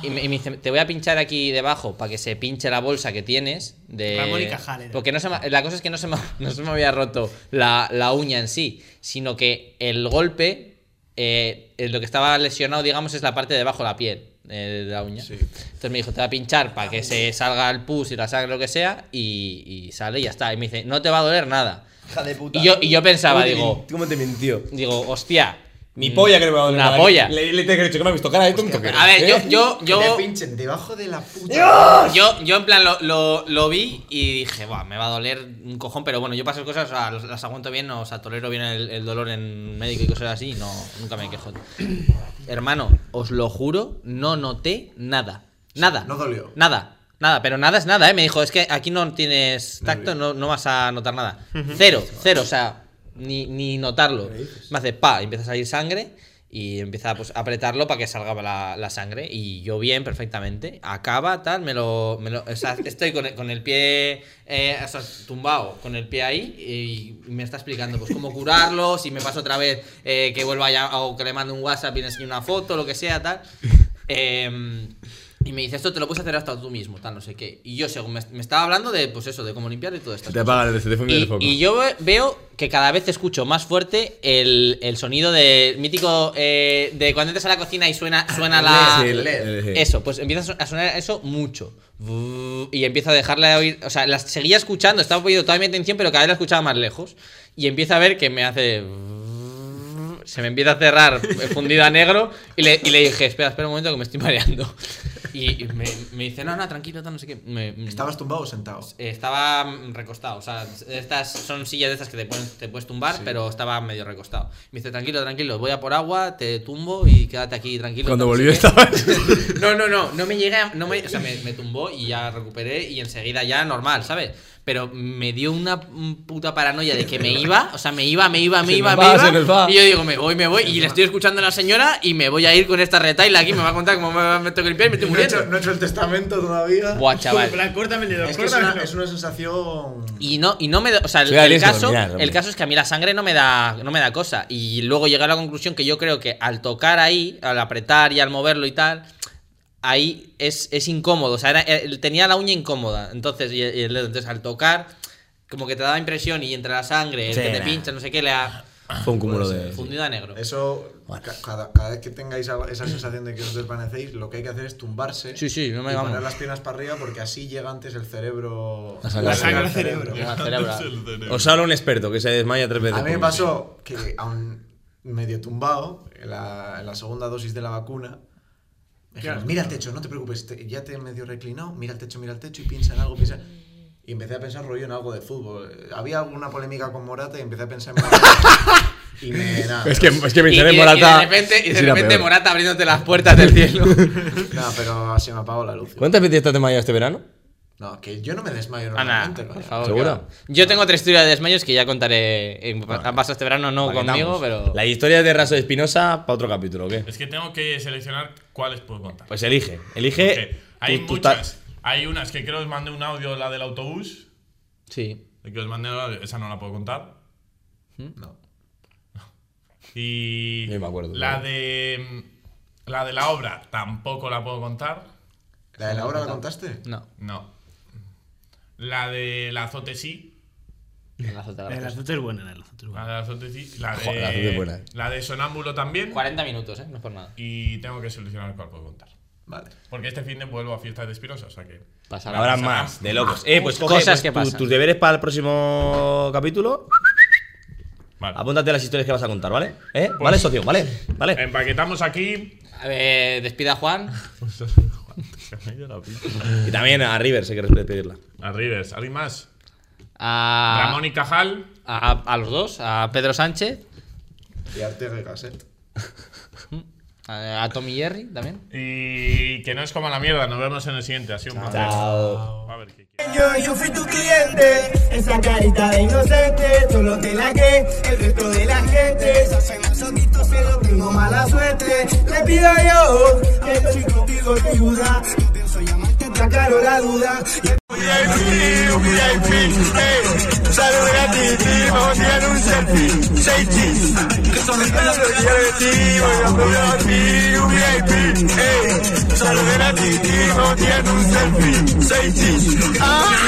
Speaker 6: Y me, y me dice, te voy a pinchar aquí debajo para que se pinche la bolsa que tienes. De...
Speaker 1: Ramón y Cajal era.
Speaker 6: Porque no se me- la cosa es que no se me, no se me había roto la, la uña en sí, sino que el golpe, eh, eh, lo que estaba lesionado, digamos, es la parte de debajo de la piel eh, de la uña. Entonces me dijo, te va a pinchar para que se salga el pus y la sangre, lo que sea, y, y sale y ya está. Y me dice, no te va a doler nada.
Speaker 2: Hija de puta.
Speaker 6: Y yo, y yo pensaba,
Speaker 2: ¿Cómo te
Speaker 6: digo,
Speaker 2: min- ¿Cómo te mintió?
Speaker 6: digo, hostia.
Speaker 2: Mi
Speaker 6: mm,
Speaker 2: polla que no me va a doler.
Speaker 6: Una
Speaker 2: nada.
Speaker 6: polla.
Speaker 2: Le, le tengo que decir que no me ha visto cara de tonto. que-
Speaker 6: A ver, yo, yo,
Speaker 3: Que te
Speaker 6: yo,
Speaker 3: pinchen debajo de la puta.
Speaker 6: yo, yo en plan lo, lo, lo vi y dije, Buah, me va a doler un cojón, pero bueno, yo paso cosas, o sea, los- las aguanto bien, o sea, tolero bien el, el dolor en médico y cosas así, y no, nunca me quejo. Hermano, os lo juro, no noté nada. Nada.
Speaker 3: no dolió.
Speaker 6: Nada. Nada, pero nada es nada, ¿eh? Me dijo, es que aquí no tienes tacto, no, no vas a notar nada. Cero, cero, o sea, ni, ni notarlo. Me hace pa, y empieza a salir sangre y empieza pues, a apretarlo para que salga la, la sangre. Y yo bien, perfectamente. Acaba, tal, me lo. me lo- o sea, estoy con el, con el pie eh, o sea, tumbado, con el pie ahí y me está explicando pues cómo curarlo, si me paso otra vez eh, que vuelva ya o que le mande un WhatsApp y le enseñe una foto, lo que sea, tal. Em, y me dice, esto te lo puedes hacer hasta tú mismo, tal, no sé qué. Y yo, según me, me estaba hablando de, pues eso, de cómo limpiar y todo esto.
Speaker 2: Te apagan el teléfono y
Speaker 6: Y,
Speaker 2: el foco.
Speaker 6: y yo ve- veo que cada vez escucho más fuerte el, el sonido del mítico eh, de cuando entras a la cocina y suena, suena la.
Speaker 2: Sí, Ah, el- el- sí.
Speaker 6: Eso, pues empieza a su- a sonar eso mucho. Y empiezo a dejarla de oír. O sea, la seguía escuchando, estaba poniendo toda mi atención, pero cada vez la escuchaba más lejos. Y empieza a ver que me hace. Se me empieza a cerrar fundida a negro. Y le, y le dije, espera, espera un momento que me estoy mareando. Y y me, me dice, no, no, tranquilo, tal, no sé qué. Me-
Speaker 3: ¿Estabas tumbado o sentado?
Speaker 6: eh, Estaba mm, recostado, o sea, estas son sillas de estas que te, ponen- te puedes tumbar, pero estaba medio recostado. Me dice, tranquilo, tranquilo, voy a por agua, te tumbo y quédate aquí tranquilo.
Speaker 2: Cuando
Speaker 6: no sé
Speaker 2: volvió
Speaker 6: qué".
Speaker 2: estaba.
Speaker 6: No, no, no, no me llegué, a- no me, o sea, me, me tumbó y ya recuperé y enseguida ya normal, ¿sabes? Pero me dio una mm, puta paranoia de que me iba, o sea, me iba, me iba, me
Speaker 2: Se
Speaker 6: iba,
Speaker 2: nos va,
Speaker 6: me
Speaker 2: se nos
Speaker 6: iba.
Speaker 2: va.
Speaker 6: Y yo digo, me voy, me voy. Y le estoy escuchando a la señora y me voy a ir con esta retaila aquí, me va a contar cómo me, me tengo que limpiar y me estoy
Speaker 3: No he, hecho,
Speaker 6: muriendo.
Speaker 3: no he hecho el testamento todavía.
Speaker 6: Buah,
Speaker 1: En
Speaker 6: chaval.
Speaker 1: plan, córtame el dedo,
Speaker 3: Ah, Es que es
Speaker 1: córtamelo.
Speaker 3: una, es una sensación.
Speaker 6: Y no, y no me da. O sea, el,
Speaker 2: Soy alérgico a
Speaker 6: caso,
Speaker 2: terminar, hombre.
Speaker 6: el caso es que a mí la sangre no me da, no me da cosa. Y luego llegué a la conclusión que yo creo que al tocar ahí, al apretar y al moverlo y tal, ahí es, es incómodo. O sea, era- eh, tenía la uña incómoda. Entonces, y- y el dedo. Entonces, al tocar, como que te daba impresión y entre la sangre, el
Speaker 2: Sí,
Speaker 6: que te
Speaker 2: nah.
Speaker 6: pincha, no sé qué, le ha pues,
Speaker 2: Pues, eh,
Speaker 6: eh,
Speaker 2: Fue un cúmulo de.
Speaker 6: fundido a negro.
Speaker 3: Eso, ca- cada, cada vez que tengáis algo- esa sensación de que os desvanecéis, lo que hay que hacer es tumbarse.
Speaker 6: Sí, sí, no me
Speaker 3: y
Speaker 6: vamos.
Speaker 3: poner las piernas para arriba porque así llega antes el cerebro.
Speaker 2: La sangre. La
Speaker 1: sangre al cerebro.
Speaker 6: La cerebra.
Speaker 2: Os habla un experto que se desmaya tres veces.
Speaker 3: A mí me
Speaker 2: por
Speaker 3: pasó que, aún medio tumbado, en la, en la segunda dosis de la vacuna, me dijeron, mira el techo, no te preocupes, te- ya te medio reclinado, mira el techo, mira el techo y piensa en algo, piensa... Y empecé a pensar rollo en algo de fútbol. Había alguna polémica con Morata y empecé a pensar en Morata. y me... Nada,
Speaker 2: Es que, es que
Speaker 6: Y, y-
Speaker 2: pensar en
Speaker 6: y
Speaker 2: Morata.
Speaker 6: de repente, y
Speaker 2: es
Speaker 6: de
Speaker 2: ir a
Speaker 6: repente
Speaker 2: peor.
Speaker 6: Morata abriéndote las puertas del cielo.
Speaker 3: nada, pero se me apagó la luz.
Speaker 2: ¿Cuántas veces te has desmayado este verano?
Speaker 3: No, que yo no me desmayo
Speaker 6: Ana,
Speaker 3: normalmente.
Speaker 6: por
Speaker 3: vaya.
Speaker 6: favor.
Speaker 2: ¿Segura?
Speaker 6: que va. Yo tengo otra historia de desmayos que ya contaré. En, han pasado este verano, no conmigo,
Speaker 2: Paquetamos.
Speaker 6: pero.
Speaker 2: La historia de Raso de Espinosa para otro capítulo, ¿o qué?
Speaker 5: Es que tengo que seleccionar cuáles puedo contar.
Speaker 2: Pues elige, elige.
Speaker 5: Porque Eh, hay
Speaker 2: tus- tus ta-
Speaker 5: muchas. Hay unas que creo que os mandé un audio, la del autobús.
Speaker 6: Sí.
Speaker 5: de que os mandé un audio. Esa no la puedo contar.
Speaker 3: No.
Speaker 5: Y.
Speaker 2: Ni me acuerdo.
Speaker 5: La de. La de la obra tampoco la puedo contar.
Speaker 3: ¿La de la hora la contaste?
Speaker 6: No.
Speaker 5: No. La de la azote sí.
Speaker 6: la azota, la
Speaker 1: Eh, La
Speaker 6: azota.
Speaker 1: de las fotos es buena, la de las fotos
Speaker 5: La
Speaker 1: es buena.
Speaker 5: de la azote sí. La de,
Speaker 2: Joder, la azote es buena, eh.
Speaker 5: la de sonámbulo también.
Speaker 6: 40 minutos, ¿eh? No es por nada.
Speaker 5: Y tengo que solucionar cuál puedo contar.
Speaker 3: Vale.
Speaker 5: Porque este fin de vuelvo a fiestas de Espirosa, o sea que.
Speaker 6: Pasará.
Speaker 2: Habrá
Speaker 5: pasará.
Speaker 2: más, de locos. Eh, pues coge,
Speaker 6: Ah, Cosas
Speaker 2: pues,
Speaker 6: que
Speaker 2: tu-
Speaker 6: pasan.
Speaker 2: tus deberes para el próximo capítulo.
Speaker 5: Vale.
Speaker 2: Apúntate las historias que vas a contar, ¿vale? ¿Eh?
Speaker 6: Pues
Speaker 2: ¿Vale, socio? ¿Vale? ¿Vale?
Speaker 5: Empaquetamos aquí.
Speaker 6: A ver, despida a Juan.
Speaker 2: Y también a Rivers hay que despedirla.
Speaker 5: A Rivers, ¿alguien más?
Speaker 6: A,
Speaker 5: Ramón y Cajal.
Speaker 6: a, a los dos. A Pedro Sánchez.
Speaker 3: Y Artega y Gasset.
Speaker 6: A, a Tommy Jerry también.
Speaker 5: Y que no es como la mierda. Nos vemos en el siguiente. Ha sido un placer.
Speaker 2: Chao.
Speaker 5: A ver qué
Speaker 10: Yo, yo fui tu cliente, esa carita de inocente, solo te la que el resto de la gente se hacen los ojitos, se lo brinco mala suerte. Te pido yo que estoy contigo, te ayuda. No pienso llamarte, te aclaro la duda.
Speaker 4: Saluden a ti, no tiene un selfie. Seis chis. Ah.